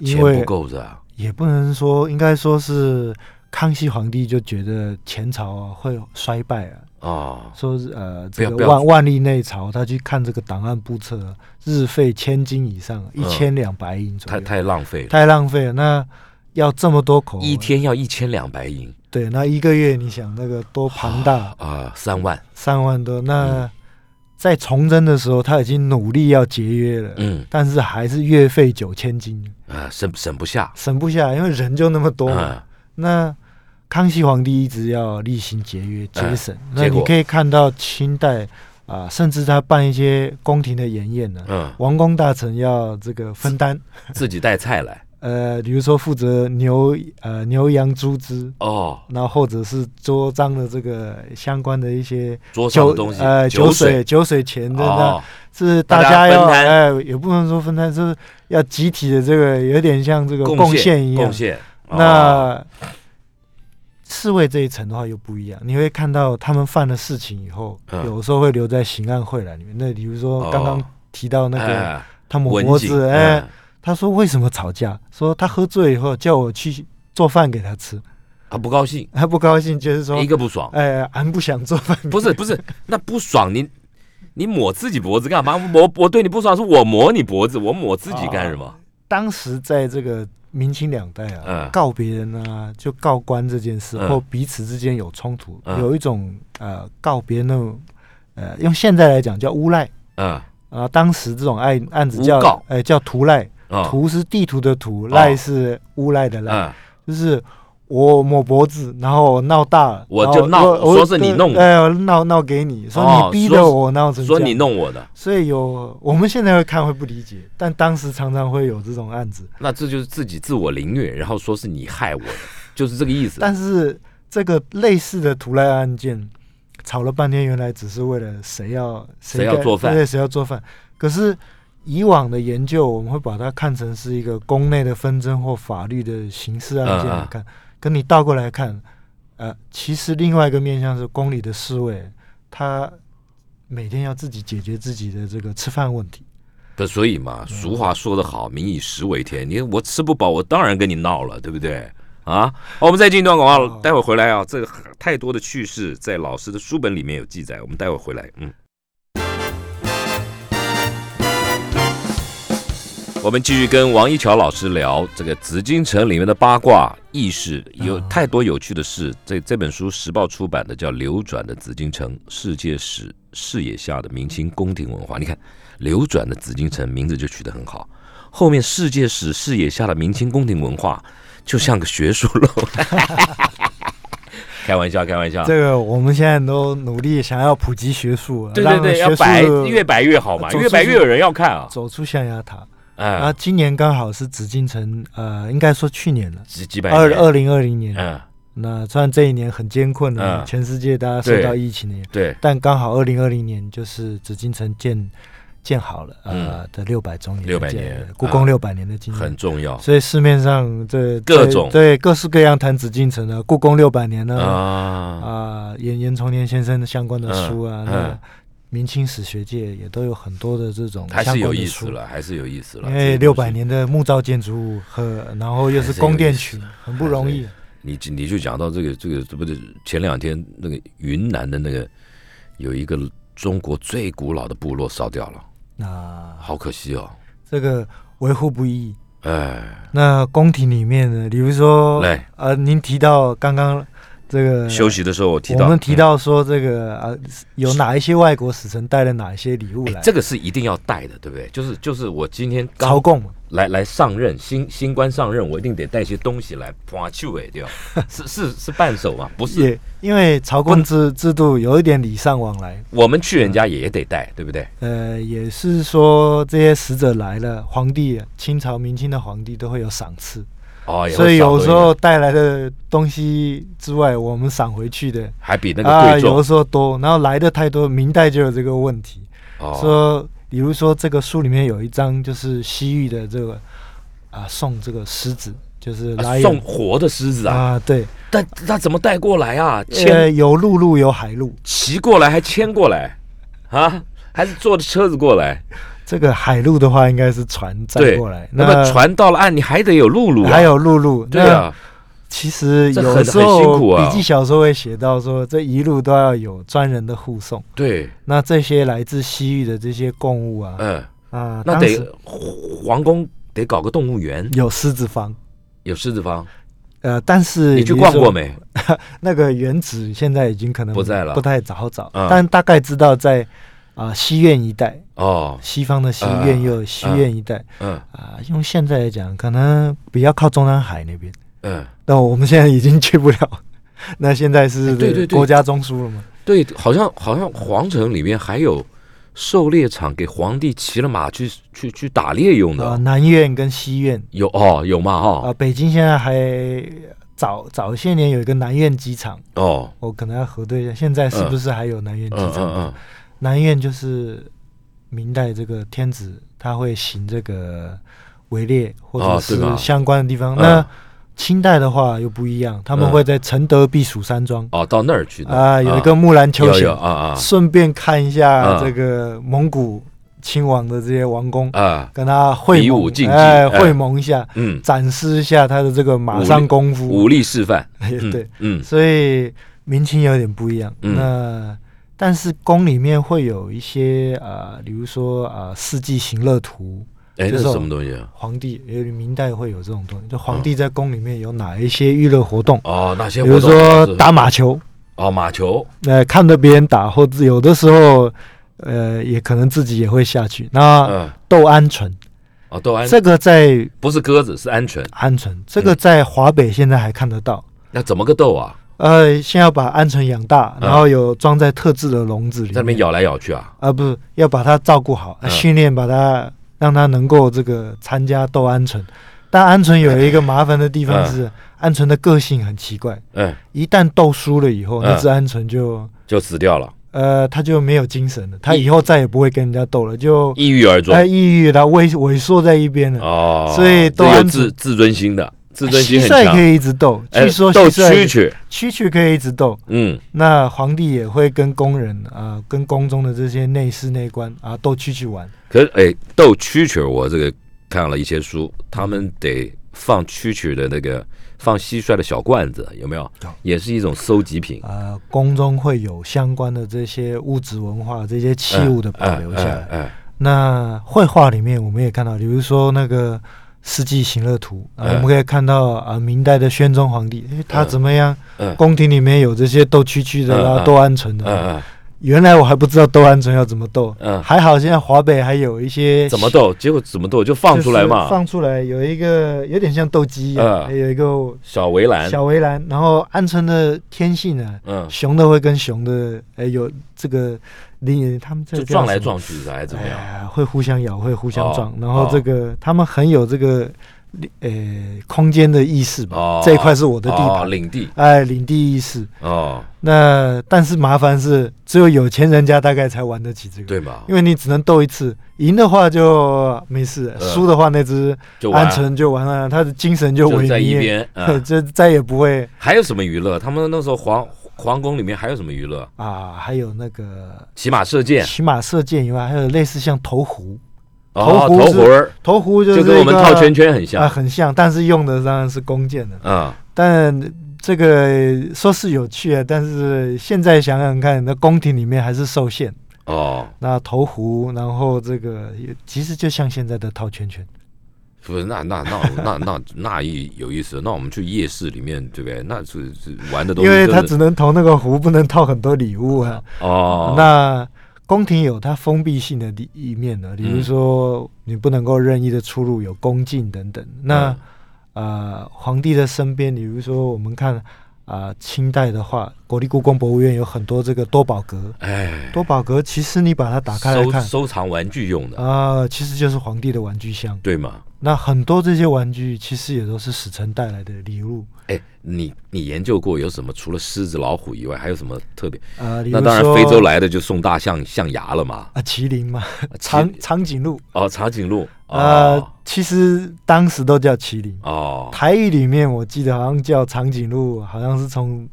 B: 钱
C: 因
B: 不
C: 为
B: 够啊是吧？
C: 也不能说，应该说是康熙皇帝就觉得前朝啊会衰败啊，
B: 哦，
C: 说是呃这
B: 不
C: 个
B: 要
C: 万万历内朝，他去看这个档案簿册啊，日费千金以上，一千两百银左
B: 嗯太太
C: 右，
B: 浪费了，
C: 太浪费了。那要这么多口啊
B: 一天要一千两百银
C: 对，那一个月你想那个多庞大，
B: 啊，嗯三万，
C: 三万多。那在崇祯的时候，他已经努力要节约了，
B: 嗯
C: 但是还是月费九千金，
B: 啊，省省不下，
C: 省不下，因为人就那么多嘛。
B: 嗯，
C: 那康熙皇帝一直要厉行节约、节省。
B: 嗯
C: 那
B: 结果
C: 你可以看到清代啊、甚至他办一些宫廷的筵宴呢、
B: 嗯，
C: 王公大臣要这个分担，
B: 自己带菜来，
C: 呃，比如说负责牛呃牛羊猪只，
B: 哦，
C: 然后或者是桌章的这个相关的一些
B: 桌上
C: 酒
B: 的东西，
C: 呃酒
B: 酒
C: 水，酒水钱的那、
B: 哦，
C: 是
B: 大
C: 大
B: 家
C: 家要
B: 分
C: 哎、也不能说分摊，就是要集体的这个有点像这个贡献一样
B: 贡。献，哦
C: 那侍卫这一层的话又不一样，你会看到他们犯了事情以后，
B: 嗯
C: 有时候会留在刑案会栏里面。那比如说刚
B: 哦
C: 刚提到那个
B: 哎
C: 汤姆
B: 文
C: 脖
B: 景
C: 子，哎、
B: 嗯
C: 他说为什么吵架？说他喝醉以后叫我去做饭给他吃，
B: 他啊不高兴，
C: 他不高兴，就是说呃
B: 一，个不爽，
C: 哎，俺不想做饭。
B: 不是不是，那不爽你你抹自己脖子干嘛？我我对你不爽，是我抹你脖子，我抹自己干什么？
C: 当时在这个明清两代啊，
B: 嗯
C: 告别人啊，就告官这件事，
B: 嗯
C: 或彼此之间有冲突，
B: 嗯
C: 有一种呃告别那种呃，用现在来讲叫诬赖
B: 嗯
C: 啊、当时这种案案子
B: 诬
C: 叫
B: 告
C: 呃叫图赖，
B: 嗯
C: 图是地图的图，赖是诬赖的赖，
B: 嗯，
C: 就是。我抹脖子，然后我闹大了，
B: 我
C: 然
B: 就
C: 后
B: 闹
C: 我
B: 说是你弄的
C: 哎、我闹闹给你，说
B: 哦
C: 你逼
B: 说
C: 得
B: 是
C: 我闹成这
B: 说
C: 样，
B: 你弄我的，
C: 所以有我们现在会看会不理解，但当时常常会有这种案子。
B: 那这就是自己自我凌虐，然后说是你害我的，就是这个意思。
C: 但是这个类似的图赖案件，吵了半天，原来只是为了谁要
B: 谁要
C: 该
B: 做饭
C: 对谁要做饭。可是以往的研究，我们会把它看成是一个宫内的纷争或法律的刑事案
B: 嗯
C: 件来看。跟你倒过来看，呃，其实另外一个面向是宫里的侍卫，他每天要自己解决自己的这个吃饭问题。
B: 不，所以嘛，俗话说得好，“民以食为天”。你我吃不饱，我当然跟你闹了，对不对？啊，好，我们再进一段广告，
C: 哦
B: 待会儿回来啊。这个太多的趣事在老师的书本里面有记载，我们待会儿回来。嗯，我们继续跟王一桥老师聊这个紫禁城里面的八卦轶事，有
C: 啊
B: 太多有趣的事。这这本书时报出版的叫《流转的紫禁城：世界史视野下的明清宫廷文化》，你看。流转的紫禁城名字就取得很好，后面世界史视野下的明清宫廷文化就像个学术楼。 开玩笑，开玩笑，
C: 这个我们现在都努力想要普及学术啊，
B: 对对对，
C: 让
B: 要
C: 学术
B: 摆越摆越 好嘛，
C: 走
B: 越摆越有人要看啊。
C: 走出象牙塔。啊，
B: 嗯，
C: 今年刚好是紫禁城，呃，应该说去年了，
B: 几几百
C: 二
B: 年，
C: 二零二零年。
B: 嗯，
C: 那虽然这一年很艰困了，
B: 嗯
C: 全世界大家受到
B: 对
C: 疫情的影响，
B: 对，
C: 但刚好二零二零年就是紫禁城建建好了，呃
B: 嗯
C: 的六百周年的
B: 600
C: 建，
B: 年
C: 故
B: 啊
C: 宫六百年的纪念
B: 很。重要
C: 所以市面上这
B: 各种
C: 对各式各样谈紫禁城啊的，故宫六百年呢，
B: 啊。
C: 嗯啊，严严从年先生的相关的
B: 嗯
C: 书啊，
B: 嗯
C: 那明清史学界也都有很多的这种
B: 还
C: 相
B: 是有
C: 关的
B: 意思
C: 书。
B: 了，还是有意思了。
C: 因
B: 这
C: 为
B: 些
C: 哎六
B: 东西哎
C: 百，年的木造建筑物和，然后又
B: 还
C: 是
B: 是有
C: 宫殿
B: 意
C: 群
B: 思，
C: 很不容易。
B: 你你就讲到这个这个，这不是前两天那个云南的那个有一个中国最古老的部落烧掉了，
C: 那
B: 好可惜哦。
C: 这个维护不易。
B: 哎，
C: 那宫廷里面呢，比如说，
B: 来
C: 呃，您提到刚刚这个
B: 休息的时候我提到，
C: 我们提到说这个啊，有哪一些外国使臣带了哪一些礼物
B: 嗯、
C: 来？
B: 哎这个是一定要带的，对不对？就是就是我今天
C: 朝
B: 刚
C: 贡嘛，
B: 来来上任，新新官上任，我一定得带些东西来捧去尾掉，是是是伴手嘛？不是，
C: 也因为朝
B: 不
C: 贡制制度有一点礼尚往来，
B: 我们去人家也得带，对不对？
C: 呃，也是说这些使者来了，皇帝清朝明清的皇帝都会有赏赐，
B: 哦，也会
C: 所以有
B: 少
C: 时
B: 多一
C: 候
B: 点
C: 带来的东西之外，我们赏回去的
B: 还比那个
C: 啊，
B: 贵
C: 有
B: 重
C: 的时候多，然后来的太多，明代就有这个问题。
B: 哦，
C: 说，比如说这个书里面有一章，就是西域的这个啊，送这个狮子，就是
B: 啊
C: 来也
B: 送活的狮子啊，
C: 啊，对，
B: 但他怎么带过来啊？
C: 呃，
B: 牵
C: 有陆路有海路，
B: 骑过来还牵过来啊？还是坐着车子过来？
C: 这个海路的话应该是船载
B: 对
C: 过来，
B: 那么船到了岸，你还得有陆路啊。
C: 还有陆路，
B: 对
C: 那
B: 啊，
C: 其实
B: 这很
C: 有时
B: 很辛苦
C: 候
B: 啊
C: 笔记小说会写到说，这一路都要有专人的护送。
B: 对，
C: 那这些来自西域的这些贡物啊，
B: 嗯，
C: 啊，
B: 那
C: 当
B: 得
C: 时
B: 皇宫得搞个动物园，
C: 有狮子坊，
B: 有狮子房，
C: 呃，但是
B: 你去
C: 如
B: 逛
C: 说
B: 过没？
C: 那个原址现在已经可能
B: 不在了
C: 不太好找，
B: 嗯
C: 但大概知道在啊、西苑一带，
B: 哦，
C: 西方的西
B: 啊
C: 苑又有西苑一带
B: 嗯
C: 啊、用现在来讲，可能比较靠中南海那边。
B: 嗯，
C: 那我们现在已经去不了， 那现在是
B: 哎对对对
C: 国家中枢了嘛？
B: 对，好像好像皇城里面还有狩猎场，给皇帝骑了马去去去打猎用
C: 啊、
B: 的，
C: 南苑跟西苑
B: 有哦有嘛
C: 啊、
B: 嗯哦
C: 北京现在还早早些年有一个南苑机场，
B: 哦，
C: 我可能要核对一下，现在是不是还有南苑机
B: 嗯
C: 场？
B: 嗯嗯，
C: 南院就是明代这个天子，他会行这个围猎或
B: 哦
C: 者
B: 对吧
C: 是相关的地方。
B: 嗯
C: 那清代的话又不一样，他们
B: 嗯
C: 会在承德避暑山庄
B: 哦到那儿去的
C: 啊、有一个木兰秋
B: 有
C: 险
B: 有，啊
C: 顺便看一下
B: 嗯
C: 这个蒙古亲王的这些王公，
B: 啊啊，
C: 跟他会
B: 比
C: 盟
B: 武竞，技
C: 哎，
B: 哎
C: 会盟一下，
B: 嗯，
C: 展示一下他的这个马上功夫。
B: 武 力示范，嗯
C: 对，
B: 嗯
C: 所以民情有点不一样。
B: 嗯
C: 那但是宫里面会有一些呃，比如说呃，四季行乐图，
B: 哎
C: 就
B: 那
C: 是
B: 是
C: 我
B: 什么东西啊？
C: 皇帝也有明代会有这种东西，就皇帝在宫里面有哪一些娱乐活动，
B: 哦，那些
C: 比如
B: 嗯活动
C: 说
B: 是
C: 打马球，
B: 哦马球，
C: 呃，看着别人打，或者有的时候。呃，也可能自己也会下去。那
B: 嗯
C: 斗鹌鹑，
B: 哦都安
C: 这个啊在
B: 不是鸽子是鹌鹑，
C: 鹌鹑，这个在华北现在还看得到。
B: 那怎么个斗啊？
C: 呃，先要把鹌鹑养大，
B: 嗯
C: 然后有装在特制的笼子里面，
B: 在那边咬来咬去啊？
C: 啊，不是要把它照顾好，啊
B: 嗯
C: 训练把它让它能够这个参加斗鹌鹑。但鹌鹑有一个麻烦的地方
B: 嗯
C: 是，鹌鹑的个性很奇怪，
B: 嗯，
C: 一旦斗输了以后，
B: 嗯
C: 那只鹌鹑就
B: 就死掉了，
C: 呃，它就没有精神了，它以后再也不会跟人家斗了，就
B: 抑郁而终
C: 它。抑郁了，萎萎缩在一边了。
B: 哦，
C: 哎所以
B: 都
C: 斗
B: 有
C: 鹌鹑
B: 自自尊心的，自尊
C: 蟋
B: 心很
C: 蟀
B: 强
C: 可。以一直斗，
B: 哎
C: 据说
B: 斗
C: 蟋蟀
B: 蛐蛐，
C: 蛐蛐可以一直斗，
B: 嗯，
C: 那皇帝也会跟宫人啊、跟宫中的这些内侍内官啊斗蛐蛐玩。
B: 可是哎，斗蛐蛐，我这个看了一些书，他们得放蛐蛐的那个放蟋蟀的小罐子，有没有
C: 有？
B: 也是一种收集品。
C: 呃，宫中会有相关的这些物质文化、这些器物的保留下来。
B: 嗯，嗯嗯
C: 那绘画里面我们也看到，比如说那个《世纪行乐图》啊，
B: 嗯
C: 我们可以看到啊、明代的宣宗皇帝，
B: 哎
C: 诶他怎么样？
B: 嗯
C: 宫廷里面有这些斗蛐蛐的
B: 嗯
C: 啦、
B: 嗯
C: 斗鹌鹑的。
B: 嗯
C: 原来我还不知道斗鹌鹑要怎么斗，
B: 嗯
C: 还好现在华北还有一些
B: 嗯，怎么斗？结果怎么斗就放出来
C: 就是
B: 嘛，
C: 放出来有一个有点像斗鸡一样，
B: 嗯
C: 有一个
B: 小围栏。
C: 小围栏，然后鹌鹑的天性啊呢、
B: 嗯，
C: 熊的会跟熊的，哎，有这个邻他们这
B: 就
C: 个
B: 撞
C: 叫
B: 来
C: 什么，
B: 撞去的，还是怎么样？
C: 哎，会互相咬，会互相
B: 哦
C: 撞，然后
B: 哦
C: 这个、他们很有这个，呃，空间的意识吧，
B: 哦
C: 这一块是我的地
B: 哦，
C: 盘，
B: 领地
C: 哎，领地意识。
B: 哦，
C: 那但是麻烦是，只有有钱人家大概才玩得起这个，
B: 对嘛？
C: 因为你只能斗一次，赢的话就没事，
B: 嗯
C: 输的话那只
B: 就玩
C: 鹌鹑就完了，他的精神就
B: 就
C: 萎
B: 在一
C: 靡，。
B: 边啊
C: 就再也不会。
B: 还有什么娱乐？他们那时候皇皇宫里面还有什么娱乐？
C: 啊，还有那个
B: 骑马射箭，
C: 骑马射箭以外，还有类似像投壶，
B: 哦，
C: 头壶
B: 头
C: 是
B: 壶儿，
C: 投壶就
B: 就是跟我们
C: 一个
B: 套圈圈很像
C: 啊，。很像，但是用的当然是弓箭的。
B: 嗯，
C: 但这个呃说是有趣啊，但是现在想想看，那宫廷里面还是受限。
B: 哦，
C: 那投壶，然后这个也其实就像现在的套圈圈，
B: 不是，那那那那那那一有意思，那我们去夜市里面，对不对？那是是玩的东西
C: 因
B: 真的，
C: 为他只能投那个壶，不能套很多礼物啊。
B: 哦，
C: 那宫廷有它封闭性的一面
B: 嗯
C: 呢，比如说你不能够任意的出入，有宫禁等等。那、呃，皇帝的身边，比如说我们看啊、呃清代的话，国立故宫博物院有很多这个多宝格。
B: 哎，
C: 多宝格其实你把它打开来
B: 收
C: 看，
B: 收藏玩具用的，
C: 啊、其实就是皇帝的玩具箱。
B: 对吗？
C: 那很多这些玩具其实也都是使臣带来的礼物，
B: 哎，你你研究过有什么？除了狮子、老虎以外，还有什么特别？
C: 呃，比
B: 那
C: 如
B: 当然，
C: 说
B: 非洲来的就送大象象牙了嘛
C: 啊、。麒麟嘛，
B: 麒
C: 长长颈鹿，
B: 哦，长颈鹿
C: 呃
B: 哦，
C: 其实当时都叫麒麟，
B: 哦，
C: 台语里面我记得好像叫长颈鹿，好像是从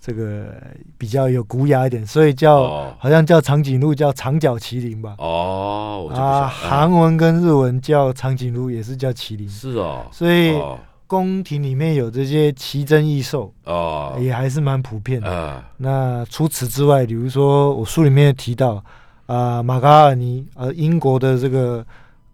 C: 这个比较有古雅一点，所以叫、
B: 哦
C: 好像叫长颈鹿叫长角麒麟吧。
B: 哦，我就不
C: 啊，
B: 想
C: 韩文跟日文叫长颈鹿也是叫麒麟，
B: 是哦，
C: 所以
B: 哦
C: 宫廷里面有这些奇珍异兽，
B: 哦
C: 也还是蛮普遍的。
B: 呃
C: 那除此之外，比如说我书里面也提到，啊、马嘎尔尼，呃，英国的这个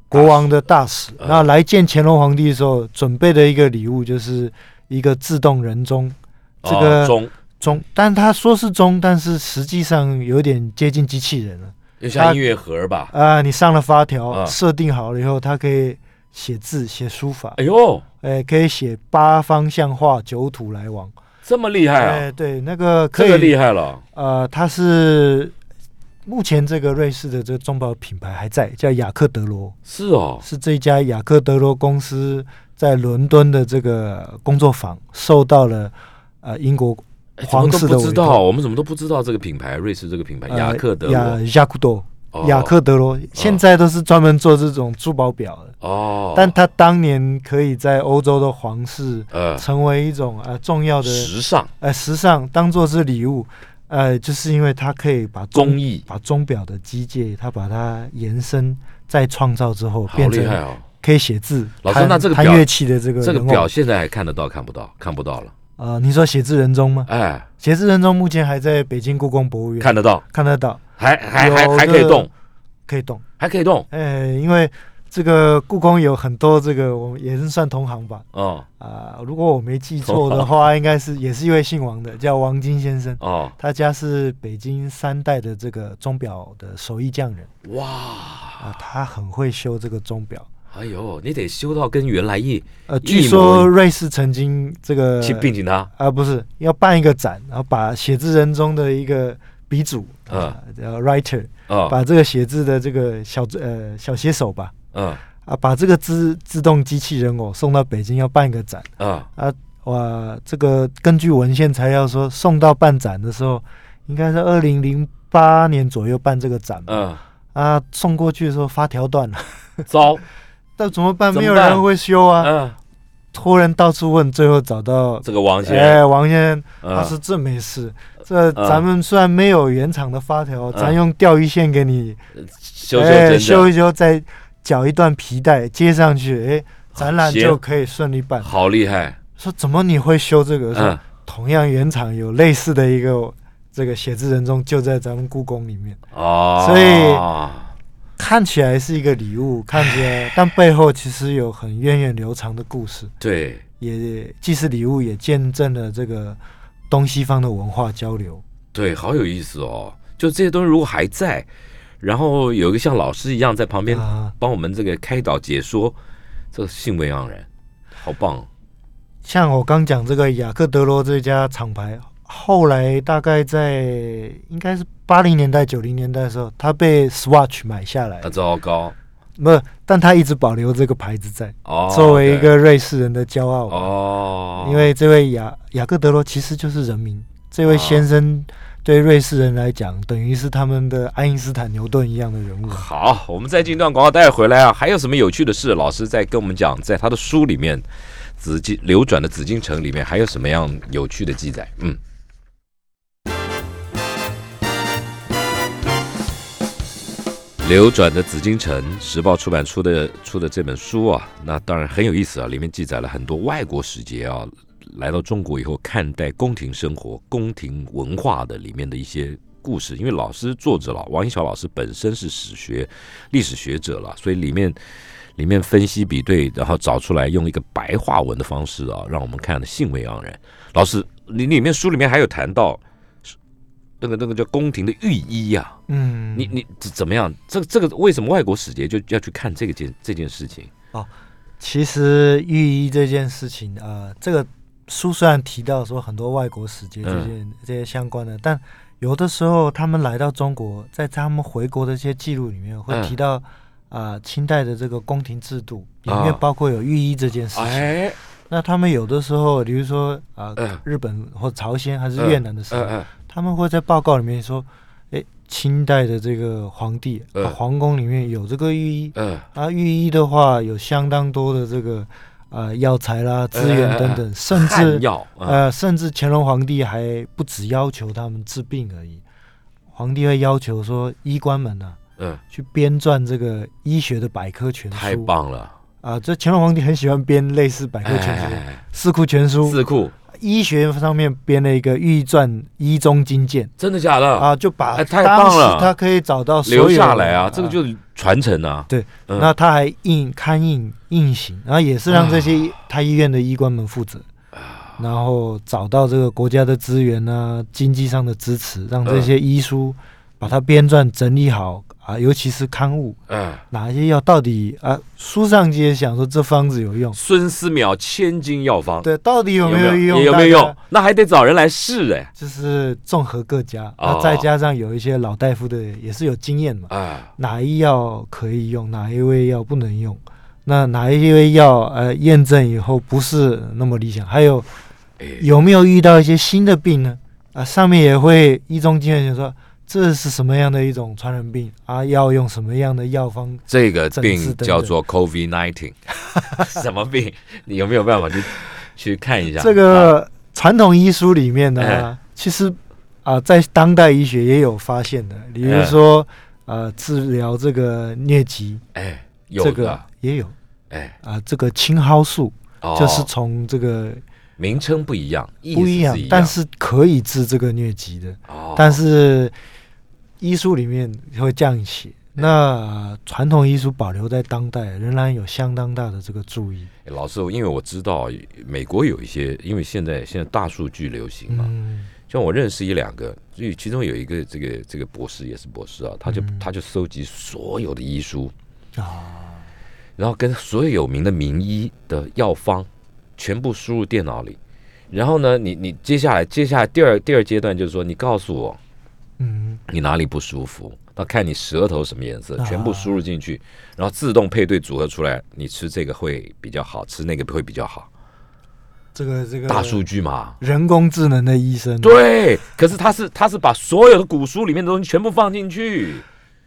C: 国王的大使，
B: 嗯
C: 那来见乾隆皇帝的时候，准备的一个礼物就是一个自动人钟， 这
B: 哦
C: 个
B: 钟，
C: 钟，但他说是钟，但是实际上有点接近机器人了。
B: 就像音乐盒吧。
C: 啊、你上了发条，
B: 嗯
C: 设定好了以后，它可以写字、写书法，
B: 哎呦，
C: 哎、可以写八方向画、九土来往。
B: 这么厉害啊！
C: 哎，对，那个可
B: 这个
C: 以
B: 厉害了，
C: 呃，它是目前这个瑞士的这个钟表品牌还在，叫雅克德罗，
B: 是哦，
C: 是这家雅克德罗公司在伦敦的这个工作坊受到了呃英国
B: 哎怎么
C: 皇
B: 都
C: 室
B: 不
C: 的
B: 知
C: 委
B: 道，
C: 托。
B: 我们怎么都不知道这个品牌，瑞士这个品牌
C: 呃
B: 雅克德
C: 雅
B: 罗
C: 雅库多，
B: 哦
C: 雅克德罗现在都是专门做这种珠宝表的，
B: 哦，
C: 但他当年可以在欧洲的皇室
B: 呃
C: 成为一种呃重要的
B: 时尚
C: 呃时尚，当做是礼物，呃，就是因为它可以把钟
B: 工艺，
C: 把钟表的机械，它把它延伸再创造之后，
B: 好
C: 变
B: 厉害
C: 成
B: 哦！
C: 可以写字。
B: 老师
C: 弹
B: 那这个
C: 弹
B: 表
C: 乐器的这个
B: 这个
C: 人偶
B: 表现在还看得到看不到？看不到了，
C: 呃，你说写字人中吗？
B: 哎，
C: 写字人中目前还在北京故宫博物院
B: 看得到，
C: 看得到，
B: 还还还
C: 有
B: 还可以
C: 的
B: 动，
C: 可以动。
B: 还可以动，
C: 呃，因为这个故宫有很多这个，我们也是算同行吧。
B: 哦
C: 啊、如果我没记错的话，应该是也是一位姓王的，叫王金先生。
B: 哦，
C: 他家是北京三代的这个钟表的手艺匠人
B: 哇，
C: 啊，他很会修这个钟表。
B: 哎呦，你得修到跟原来一
C: 呃，
B: 一模
C: 据
B: 一
C: 说
B: 样
C: 瑞士曾经这个
B: 去并进它，
C: 啊、不是要办一个展，然后把写字人中的一个鼻祖
B: 嗯
C: 啊，叫 writer，
B: 哦，
C: 把这个写字的这个小呃小写手吧，
B: 嗯
C: 啊，把这个自自动机器人偶送到北京要办一个展。
B: 嗯，
C: 哇，这个根据文献材料说，送到办展的时候，应该是二零零八年左右办这个展吧。
B: 嗯，
C: 啊，送过去的时候发条断了，
B: 糟，
C: 但怎么办？
B: 怎么
C: 没有
B: 办
C: 人会修啊，
B: 嗯，
C: 托人到处问，最后找到
B: 这个王先生，
C: 哎王先生，
B: 嗯
C: 他说这没事，这
B: 嗯
C: 咱们虽然没有原厂的发条，咱用钓鱼线给你
B: 修修
C: 哎
B: 整
C: 修
B: 整，
C: 一修，再绞一段皮带接上去，
B: 啊
C: 哎，展览
B: 行
C: 就可以顺利办。
B: 好厉害，
C: 说怎么你会修这个？说
B: 嗯，
C: 同样原厂有类似的一个这个写字人中，就在咱们故宫里面，
B: 哦，
C: 所以看起来是一个 礼物，看起来，但背后其实有很源远流长的故事，
B: 对，
C: 也既是礼物，也见证了这个东西方的文化交流。
B: 对，好有意思哦！就这些东西如果还在，然后有一个像老师一样在旁边
C: 啊
B: 帮我们这个开导解说，这个兴味盎然，好棒哦！
C: 像我刚讲这个雅克德罗这家厂牌，后来大概在应该是八零年代、九零年代的时候，它被 Swatch 买下来
B: 那，糟糕
C: 没有，但它一直保留这个牌子在，
B: 哦，
C: 作为一
B: 对
C: 个瑞士人的骄傲吧。
B: 哦，
C: 因为这位雅雅各德罗其实就是人民，这位先
B: 哦
C: 生对瑞士人来讲，等于是他们的爱因斯坦、牛顿一样的人
B: 哦
C: 物。
B: 好，我们再进一段广告带回来啊，还有什么有趣的事？老师在跟我们讲，在他的书里面，《紫禁流转的紫禁城》里面还有什么样有趣的记载？嗯。流转的紫禁城，时报出版出的出的这本书啊，那当然很有意思啊，里面记载了很多外国使节啊，来到中国以后看待宫廷生活、宫廷文化的里面的一些故事，因为老师作者老王一晓老师本身是史学历史学者了，所以里面里面分析比对，然后找出来用一个白话文的方式啊，让我们看得兴味盎然。老师，你里面书里面还有谈到那个那个叫宫廷的御医啊呀、
C: 嗯，
B: 你你怎怎么样？这这个为什么外国使节就要去看这个件这件事情？
C: 其实御医这件事情，呃，这个书虽然提到说很多外国使节这些、
B: 嗯
C: 这些相关的，但有的时候他们来到中国，在他们回国的这些记录里面会
B: 嗯
C: 提到啊、清代的这个宫廷制度里
B: 啊
C: 面包括有御医这件事情。
B: 哎，
C: 那他们有的时候，比如说啊、
B: 嗯
C: 日本或朝鲜还是
B: 嗯
C: 越南的时候，
B: 嗯嗯
C: 他们会在报告里面说，哎，清代的这个皇帝、
B: 嗯
C: 啊、皇宫里面有这个御医，
B: 嗯，
C: 啊，御医的话有相当多的这个呃药材啦、资源等等，甚
B: 汉
C: 至
B: 药，嗯
C: 呃，甚至乾隆皇帝还不只要求他们治病而已，皇帝会要求说医官们呢、
B: 嗯，
C: 去编撰这个医学的百科全书，
B: 太棒了，
C: 啊！这乾隆皇帝很喜欢编类似百科全书、
B: 哎
C: 四库全书，
B: 字库
C: 医学上面编了一个《御传医中经鉴》
B: 真的假的？
C: 啊，就把
B: 哎太
C: 当
B: 棒
C: 时
B: 了
C: 他可以找到所有
B: 留下来啊，
C: 的
B: 这个就是传承啊。
C: 对，
B: 嗯
C: 那他还印刊印印行，然后也是让这些
B: 啊
C: 医他医院的医官们负责，然后找到这个国家的资源啊，经济上的支持，让这些医书把它编撰整理好啊，尤其是刊物
B: 嗯，
C: 哪一些药到底啊，书上也想说这方子有用，
B: 孙思邈千金药方，
C: 对，到底有
B: 有
C: 没有用？
B: 也有没有
C: 大
B: 用
C: 家？
B: 那还得找人来试哎。
C: 就是综合各家，
B: 哦
C: 那再加上有一些老大夫的也是有经验嘛，
B: 啊，
C: 哪一药可以用，哪一味药不能用，那哪一味药呃验证以后不是那么理想，还有
B: 哎
C: 有没有遇到一些新的病呢？啊，上面也会一中经验说这是什么样的一种传染病啊，要用什么样的药方
B: 这个
C: 政治
B: 病
C: 等等
B: 叫做 COVID nineteen，什么病？你有没有办法去去看一下？
C: 这个传统医书里面呢，
B: 啊哎
C: 其实啊、在当代医学也有发现的，比如说、呃，治疗这个疟疾，
B: 哎，有
C: 这个
B: 的，
C: 也有
B: 哎，
C: 啊、这个青蒿素、
B: 哦
C: 就是从这个
B: 名称不一样，意思
C: 不
B: 一
C: 一样，但是可以治这个疟疾的，
B: 哦，
C: 但是医书里面会这样
B: 哎
C: 写。那、呃传统医书保留在当代，仍然有相当大的这个注意。
B: 哎老师，因为我知道美国有一些，因为现在现在大数据流行嘛，
C: 嗯，
B: 像我认识一两个，所以其中有一个这个这个博士也是博士啊，他就、他就收集所有的医书然后跟所有有名的名医的药方全部输入电脑里，然后呢，你你接下来接下来第二第二阶段就是说，你告诉我
C: 嗯，
B: 你哪里不舒服，那看你舌头什么颜色，全部输入进去，然后自动配对组合出来，你吃这个会比较好，吃那个会比较好，
C: 这个这个
B: 大数据嘛。
C: 人工智能的医生，啊
B: 对，可是他是他是把所有的古书里面的东西全部放进去，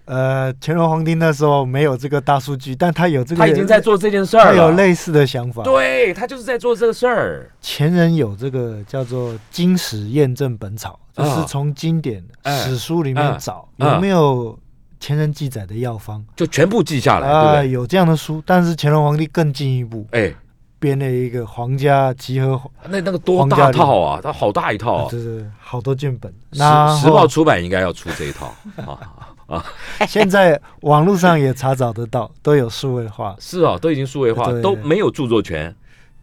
C: 呃，乾隆皇帝那时候没有这个大数据，但他有这个，
B: 他已经在，做这件事
C: 他
B: 儿
C: 有
B: 了。
C: 类似的想法。，
B: 对他就是在做这个事儿。
C: 前人有这个叫做“经史验证本草”，就
B: 啊
C: 是从经典
B: 哎
C: 史书里面
B: 嗯
C: 找
B: 嗯
C: 有没有前人记载的药方
B: 就全部记下来，
C: 啊，
B: 对
C: 有这样的书。但是乾隆皇帝更进一步
B: 不，对？哎，
C: 编了一个皇家集合，
B: 那那个多
C: 皇
B: 大
C: 家
B: 套啊？它好大一套啊！
C: 就是好多卷本。
B: 时
C: 那
B: 时报出版应该要出这一套啊！
C: 现在网络上也查找得到，都有数位化。
B: 是啊，都已经数位化，
C: 对
B: 都没有著作 权，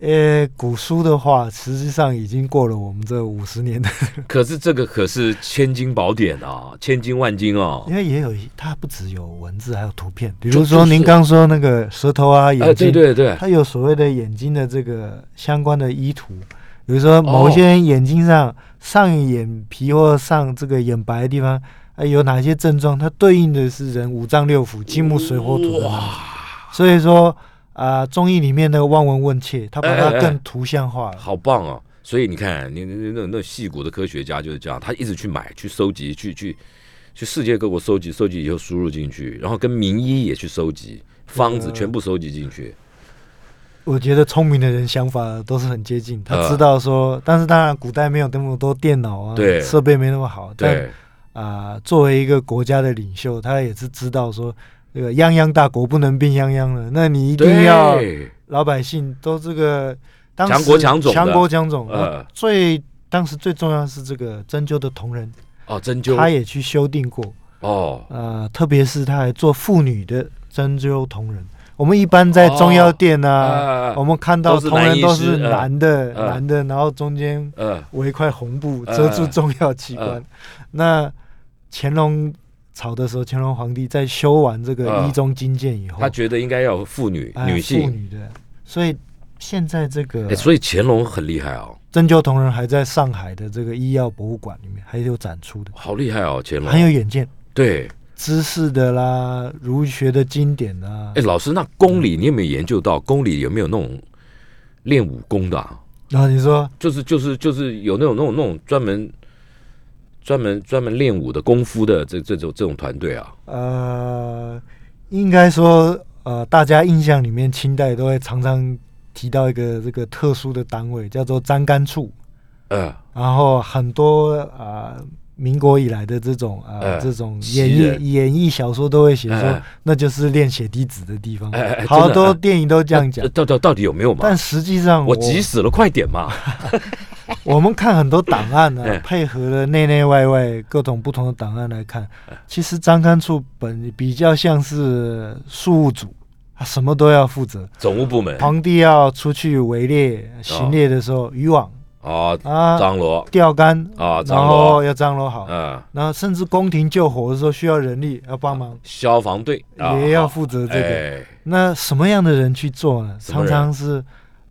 C: 呃，古书的话，实际上已经过了我们这五十年的
B: 可是这个可是千金宝典啊，千金万金啊！
C: 因为也有一，它不只有文字，还有图片。比
B: 就
C: 如
B: 就
C: 说
B: 是
C: 您刚说那个舌头啊、 眼
B: 哎，
C: 睛，
B: 对对对，
C: 它有所谓的眼睛的这个相关的医图。比如说某些
B: 哦
C: 人眼睛上、上眼皮或上这个眼白的地方，哎，有哪些症状？它对应的是人五脏六腑、金木水火土的能力。所以说啊、中医里面那个望闻问切，它把它
B: 哎哎哎
C: 更图像化了。
B: 好棒哦！所以你看，你那那那戏骨的科学家就是这样，他一直去买、去收集、去去去世界各国收集，收集以后输入进去，然后跟名医也去收集方
C: 嗯
B: 子，全部收集进去。
C: 我觉得聪明的人想法都是很接近，他
B: 呃
C: 知道说，但是当然古代没有那么多电脑啊，
B: 对
C: 设备没那么好，但
B: 对，
C: 啊、作为一个国家的领袖，他也是知道说，这个泱泱大国不能并泱泱的，那你一定要
B: 对，
C: 老百姓都这个当时
B: 强国强种的
C: 强国强种，
B: 呃
C: 呃、最当时最重要的是这个针灸的同仁，
B: 哦，针灸，
C: 他也去修订过。
B: 哦，
C: 呃，特别是他还做妇女的针灸同人。我们一般在中药店啊，
B: 哦啊
C: 我们看到
B: 都是
C: 同
B: 男
C: 人
B: 医
C: 都
B: 师
C: 是
B: 呃
C: 男的，
B: 呃
C: 男的，然后中间
B: 呃，
C: 围一块红布遮住
B: 呃
C: 重要器官。那乾隆朝的时候，乾隆皇帝在修完这个
B: 呃
C: 一中金剑以后，
B: 他觉得应该要有妇女、
C: 哎
B: 女
C: 妇
B: 性，
C: 女的，所以现在这个
B: 哎，所以乾隆很厉害哦，
C: 针灸同人还在上海的这个医药博物馆里面还有展出的，
B: 好厉害哦，乾隆
C: 很有远见，
B: 对，
C: 知识的啦，儒学的经典啊
B: 哎，，老师，那宫里你有没有研究到宫里有没有那种练武功的、啊？
C: 然后你说
B: 就是就是就是有那种那种那种专门专门专门练武的功夫的这这种这种团队啊，
C: 呃，应该说，呃，大家印象里面，清代都会常常提到一个这个特殊的单位，叫做粘干处。
B: 呃，
C: 然后很多啊、呃民国以来的这种啊、呃
B: 哎
C: 这种
B: 袭
C: 演绎
B: 人
C: 演绎小说都会写说，
B: 哎哎
C: 那就是练血滴子的地方。
B: 哎哎哎
C: 好
B: 真的
C: 多
B: 哎
C: 电影都这样讲
B: 呃，到到到底有没有嘛？
C: 但实际上
B: 我
C: 我
B: 急死了，快点嘛！
C: 我们看很多档案呢、
B: 哎
C: 配合了内内外外各种不同的档案来看，
B: 哎
C: 其实张甘处本比较像是事务组，他什么都要负责。
B: 总务部门
C: 皇帝要出去围猎、行猎的时候，渔网
B: 啊，
C: 啊、
B: 张罗
C: 钓竿，
B: 啊，张
C: 然
B: 罗
C: 后，要张罗好，
B: 嗯，
C: 然后甚至宫廷救火的时候需要人力要帮忙，
B: 消防队啊
C: 也要负责这个。
B: 哎
C: 那什么样的人去做呢？
B: 什么
C: 常
B: 人
C: 常是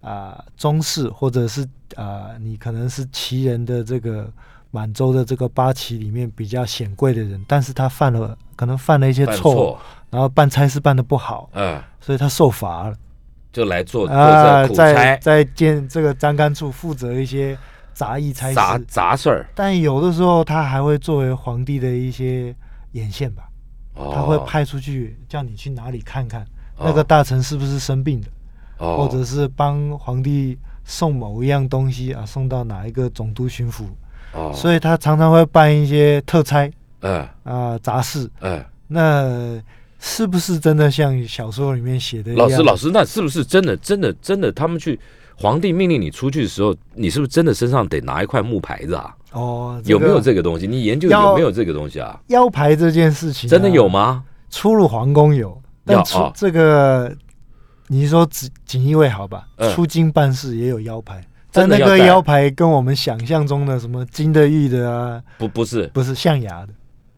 C: 啊、宗室或者是啊、你可能是旗人的这个满洲的这个八旗里面比较显贵的人，但是他犯了可能犯了一些
B: 犯
C: 错，
B: 错，
C: 然后办差事办的不好，
B: 嗯，
C: 所以他受罚了。
B: 就来做做
C: 啊，
B: 这苦
C: 在
B: 差
C: 在建这个张干处负责一些杂役差
B: 杂
C: 事，
B: 杂事儿，
C: 但有的时候他还会作为皇帝的一些眼线吧，
B: 他
C: 他会派出去叫你去哪里看看，
B: 哦
C: 那个大臣是不是生病的，
B: 或
C: 或者是帮皇帝送某一样东西啊，送到哪一个总督巡抚，
B: 以
C: 所以他常常会办一些特差
B: 嗯
C: 啊杂事，
B: 嗯，
C: 那。是不是真的像小说里面写的一样？
B: 老师老师，那是不是真的真的真的他们去？皇帝命令你出去的时候，你是不是真的身上得拿一块木牌子啊？
C: 哦，
B: 有没有
C: 个
B: 这个东西？你研究
C: 要
B: 有没有这个东西啊？
C: 腰牌这件事情、啊
B: 真的有？吗？
C: 出入皇宫有，但
B: 要
C: 出、
B: 哦
C: 这个，你说锦锦衣卫好吧，
B: 嗯
C: 出京办事也有腰牌，
B: 真的
C: 但那
B: 要
C: 个
B: 带
C: 腰牌跟我们想象中的什么金的、玉的啊，
B: 不不是
C: 不是象牙的，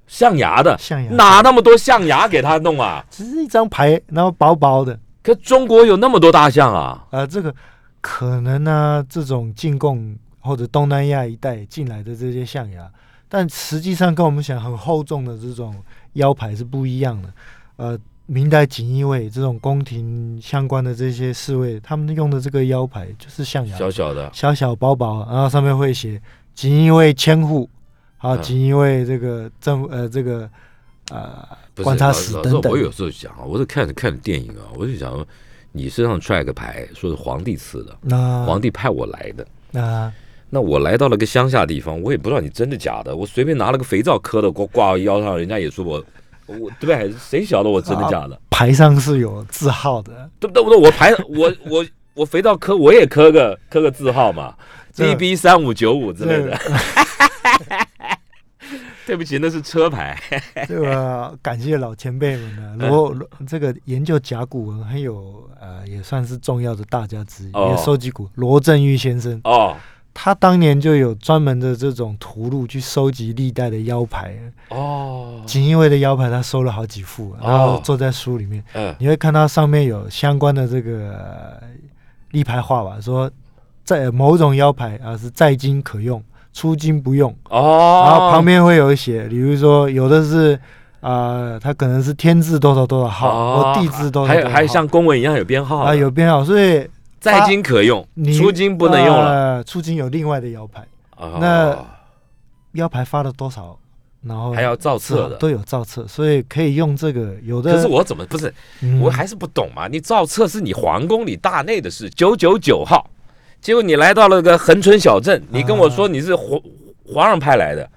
B: 象牙的，
C: 象牙
B: 哪啊那么多象牙给他弄啊？
C: 只是一张牌，然后薄薄的，
B: 可中国有那么多大象啊！
C: 啊，这个可能呢、这种进贡或者东南亚一带进来的这些象牙，但实际上跟我们想很厚重的这种腰牌是不一样的。呃，明代锦衣卫这种宫廷相关的这些侍卫，他们用的这个腰牌就是象牙，
B: 小小的，
C: 小小薄薄，然后上面会写锦衣卫千户，啊，
B: 嗯
C: 锦衣卫这个政府呃这个呃
B: 不是
C: 观察
B: 老
C: 室
B: 老
C: 等
B: 师
C: 等
B: 我。有时候想啊，我是看看电影啊，我就想说，你身上揣个牌，说是皇帝赐的，
C: 那
B: 皇帝派我来的。
C: 那
B: 那我来到了个乡下地方，我也不知道你真的假的，我随便拿了个肥皂磕的，挂挂腰上，人家也说我，我对不对？谁晓得我真的假的？
C: 牌上是有字号的，
B: 对不对？我我排我我我肥皂磕，我也磕个磕个字号嘛
C: 这
B: ，DB 三五九五之类
C: 这
B: 的。 对不起，那是车牌。
C: 这个感谢老前辈 们呢、啊。罗罗这个研究甲骨文很有呃，也算是重要的大家之一，
B: 哦
C: 也收集古罗振玉先生，
B: 哦
C: 他当年就有专门的这种图录去收集历代的腰牌，
B: 哦，
C: 锦衣卫的腰牌他收了好几副，啊然后做在书里面，
B: 嗯
C: 你会看到上面有相关的这个、呃立牌画吧，说在呃某种腰牌啊是在京可用，出京不用。
B: 哦，
C: 然后旁边会有写，比如说有的是，呃，它可能是天字多少多少号，
B: 哦
C: 或地字多少多少号，
B: 还有还有像公文一样有编号的
C: 啊有编号，所以
B: 在京可用
C: 啊你，
B: 出京不能用了。
C: 呃，出京有另外的腰牌，
B: 哦
C: 那腰牌发了多少，然后
B: 还要造册的。
C: 都有造册，所以可以用这个。有的
B: 可是我怎么不是？
C: 嗯
B: 我还是不懂嘛。你造册是你皇宫里大内的事，九九九号，结果你来到了个恒春小镇，你
C: 啊
B: 跟我说你是皇皇上派来的，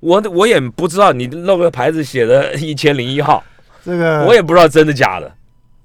B: 我我也不知道你露个牌子写的一千零一号，
C: 这个
B: 我也不知道真的假的，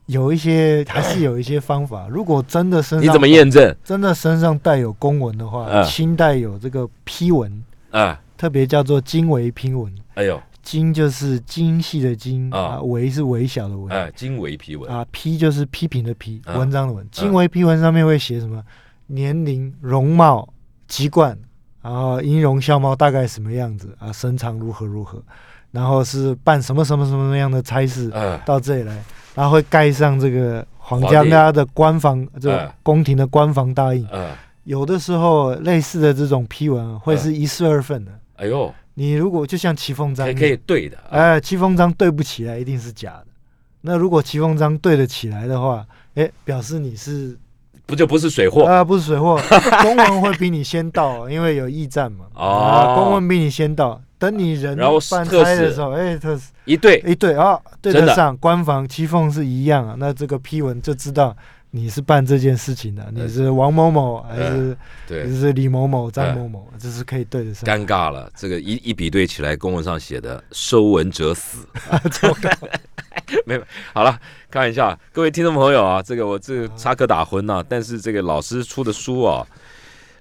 C: 有一些还是有一些方法，如果真的身上
B: 你怎么验证？
C: 真的身上带有公文的话，
B: 嗯
C: 清代有这个批文，
B: 啊
C: 特别叫做经微批文。
B: 哎呦，
C: 经就是精细的精
B: 啊
C: 啊，微是微小的微
B: 哎，经纬批文，
C: 啊，批就是批评的批，
B: 啊
C: 文章的文。经微批文上面会写什么年龄、容貌、籍贯，然后音容笑貌大概什么样子啊，身长如何如何，然后是办什么什么什么样的差事
B: 哎，
C: 到这里来，然后会盖上这个皇家家的官方这
B: 哎
C: 个宫廷的官方大印。
B: 哎，
C: 有的时候类似的这种批文啊会是一式二份的。
B: 哎呦，
C: 你如果就像齐凤章
B: 还
C: 一样，
B: 可以对的，啊
C: 哎，戚风章对不起来一定是假的。那如果戚风章对得起来的话，哎，表示你是
B: 不就不是水货？
C: 啊、不是水货， 公文会比你先到，因为有驿站嘛。啊，公
B: 哦，
C: 文比你先到，等你人
B: 然后
C: 办
B: 特
C: 差的
B: 使
C: 时候，哎，特使
B: 一对，
C: 哎对啊，对
B: 真
C: 得
B: 的
C: 上官方戚凤是一样啊。那这个批文就知道你是办这件事情的，你是王某某还是还
B: 哎对，
C: 是李某某、
B: 哎
C: 张某某，这是可以对得上。
B: 尴尬了，这个一一比对起来，公文上写的“收文者 死”，
C: 啊
B: 没有，好了，开玩笑，各位听众朋友啊，这个我这个插科打诨呐、但是这个老师出的书啊。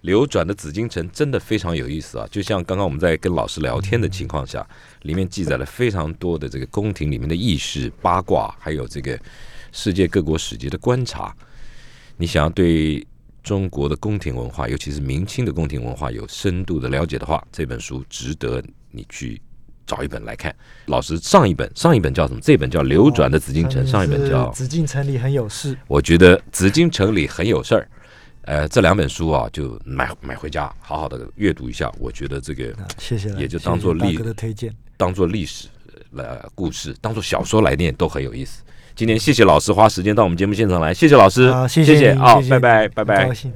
B: 流转的紫禁城真的非常有意思啊！就像刚刚我们在跟老师聊天的情况下，里面记载了非常多的这个宫廷里面的轶事、八卦，还有这个世界各国史籍的观察。你想要对中国的宫廷文化，尤其是明清的宫廷文化有深度的了解的话，这本书值得你去找一本来看。老师，上一本上一本叫什么？这本叫《流转的紫禁城》，上一本叫
C: 哦紫禁城里很有事，
B: 我觉得《紫禁城》里很有事儿。呃，这两本书啊，就买买回家，好好的阅读一下。我觉得这个
C: 啊谢谢了，
B: 也就
C: 谢
B: 当
C: 谢
B: 作
C: 大
B: 例
C: 哥的推荐。
B: 当做历史呃故事，当做小说来念都很有意思。今天谢谢老师花时间到我们节目现场来，谢谢老师，
C: 好，谢
B: 谢
C: 谢你
B: 啊，
C: 谢
B: 拜拜，
C: 你
B: 拜
C: 很
B: 拜
C: 高。兴